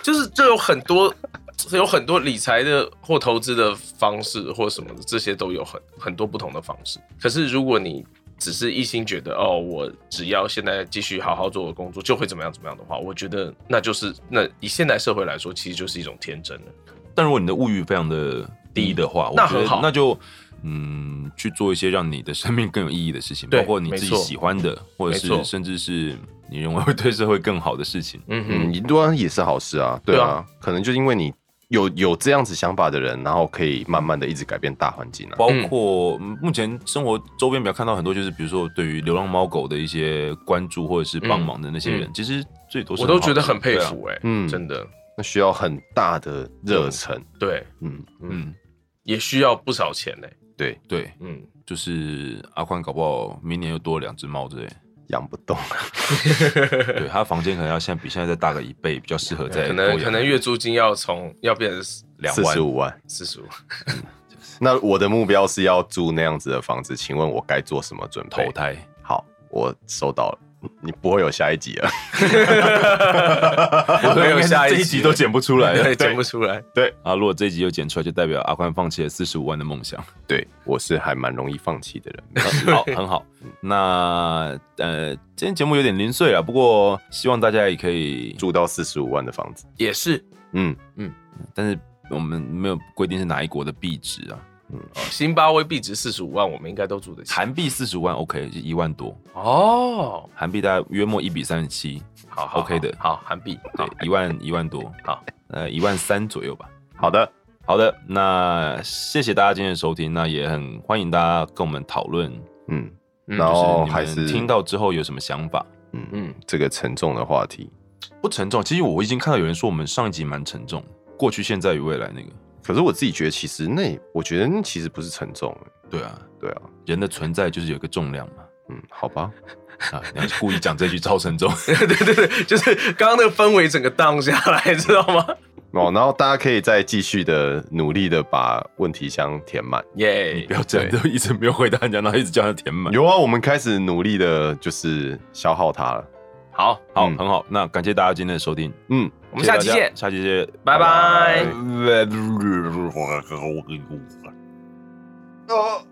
Speaker 3: 就是这有很多有很多理财的或投资的方式或什么的，这些都有很很多不同的方式。可是如果你只是一心觉得哦，我只要现在继续好好做我的工作，就会怎么样怎么样的话，我觉得那就是那以现代社会来说，其实就是一种天真了。
Speaker 4: 但如果你的物欲非常的低的话，我
Speaker 3: 那
Speaker 4: 觉
Speaker 3: 很好
Speaker 4: 得那就嗯去做一些让你的生命更有意义的事情，
Speaker 3: 对
Speaker 4: 包括你自己
Speaker 3: 没错
Speaker 4: 喜欢的，或者
Speaker 3: 没
Speaker 4: 是
Speaker 3: 错
Speaker 4: 甚至是你认为会对社会更好的事情。
Speaker 3: 嗯哼，
Speaker 2: 嗯，一端也是好事啊，对
Speaker 3: 对
Speaker 2: 啊
Speaker 3: 啊，
Speaker 2: 可能就因为你有有这样子想法的人，然后可以慢慢的一直改变大环境啊。
Speaker 4: 包括嗯目前生活周边比较看到很多，就是比如说对于流浪猫狗的一些关注或者是帮忙的那些人，
Speaker 3: 嗯
Speaker 4: 其实最多是
Speaker 3: 我都
Speaker 4: 好的
Speaker 3: 觉得很佩
Speaker 4: 对啊
Speaker 3: 服哎、
Speaker 2: 嗯
Speaker 3: 真的
Speaker 2: 那需要很大的热忱，
Speaker 3: 对，
Speaker 2: 嗯嗯，
Speaker 4: 嗯，
Speaker 3: 也需要不少钱欸呢、
Speaker 2: 对，
Speaker 4: 对，
Speaker 3: 嗯，
Speaker 4: 就是阿宽搞不好明年又多了两只猫之 类，
Speaker 2: 养不动，
Speaker 4: 对，他房间可能要现在比现在再大个一倍，比较适合在
Speaker 3: 可能可能月租金要从要变成
Speaker 4: 两
Speaker 2: 四
Speaker 4: 万
Speaker 2: 十五万。
Speaker 3: 四十五，
Speaker 2: 那我的目标是要住那样子的房子，请问我该做什么准备
Speaker 4: 投？胎。
Speaker 2: 好，我收到了，嗯你不会有下一集了。
Speaker 3: 没 有下
Speaker 4: 这一集都剪不出来了
Speaker 3: 对，剪不出来。
Speaker 4: 啊！如果这一集又剪出来，就代表阿宽放弃了四十五万的梦想。
Speaker 2: 对，我是还蛮容易放弃的人。
Speaker 4: 好，很好。那呃，今天节目有点零碎啊了，不过希望大家也可以，
Speaker 2: 住到四十五万的房子，
Speaker 3: 也是，
Speaker 2: 嗯，
Speaker 4: 但是我们没有规定是哪一国的币值啊，
Speaker 3: 津巴威币值四十五万，我们应该都住得起。
Speaker 4: 韩币四十万 OK，就一万多，
Speaker 3: 哦，
Speaker 4: 韩币大概约莫一比三十七，
Speaker 3: 好好
Speaker 4: OK 的
Speaker 3: 好韩币，好
Speaker 4: 对，一万一万多，
Speaker 3: 好，
Speaker 4: 呃，一万三左右吧。
Speaker 2: 好的，
Speaker 4: 好的，那谢谢大家今天的收听，那也很欢迎大家跟我们讨论，
Speaker 2: 嗯，然
Speaker 3: 嗯
Speaker 4: 就是
Speaker 2: 后
Speaker 4: 你
Speaker 2: 还是
Speaker 4: 们听到之后有什么想法。
Speaker 2: 嗯嗯
Speaker 3: 嗯
Speaker 2: 这个沉重的话题，
Speaker 4: 不沉重。其实我已经看到有人说我们上一集蛮沉重，过去、现在与未来那个。
Speaker 2: 可是我自己觉得其实那我觉得那其实不是沉重，欸
Speaker 4: 对啊，
Speaker 2: 对啊，
Speaker 4: 人的存在就是有一个重量嘛。
Speaker 2: 嗯，好吧，
Speaker 4: 啊，你要故意讲这句超沉 重。
Speaker 3: 对对对，就是刚刚那个氛围整个荡下来，知道吗？
Speaker 2: 哦，然后大家可以再继续的努力的把问题箱填满。
Speaker 3: 耶
Speaker 4: 不，要这样，都一直没有回答人家，然后一直叫他填满。
Speaker 2: 有啊，我们开始努力的就是消耗它了。
Speaker 3: 好，
Speaker 4: 好，
Speaker 2: 嗯
Speaker 4: 很好。那感谢大家今天的收听，
Speaker 2: 嗯，
Speaker 3: 我们下期
Speaker 4: 谢谢大
Speaker 3: 见
Speaker 4: 家，下期见，
Speaker 3: 拜拜。
Speaker 4: 拜拜。
Speaker 2: 哦。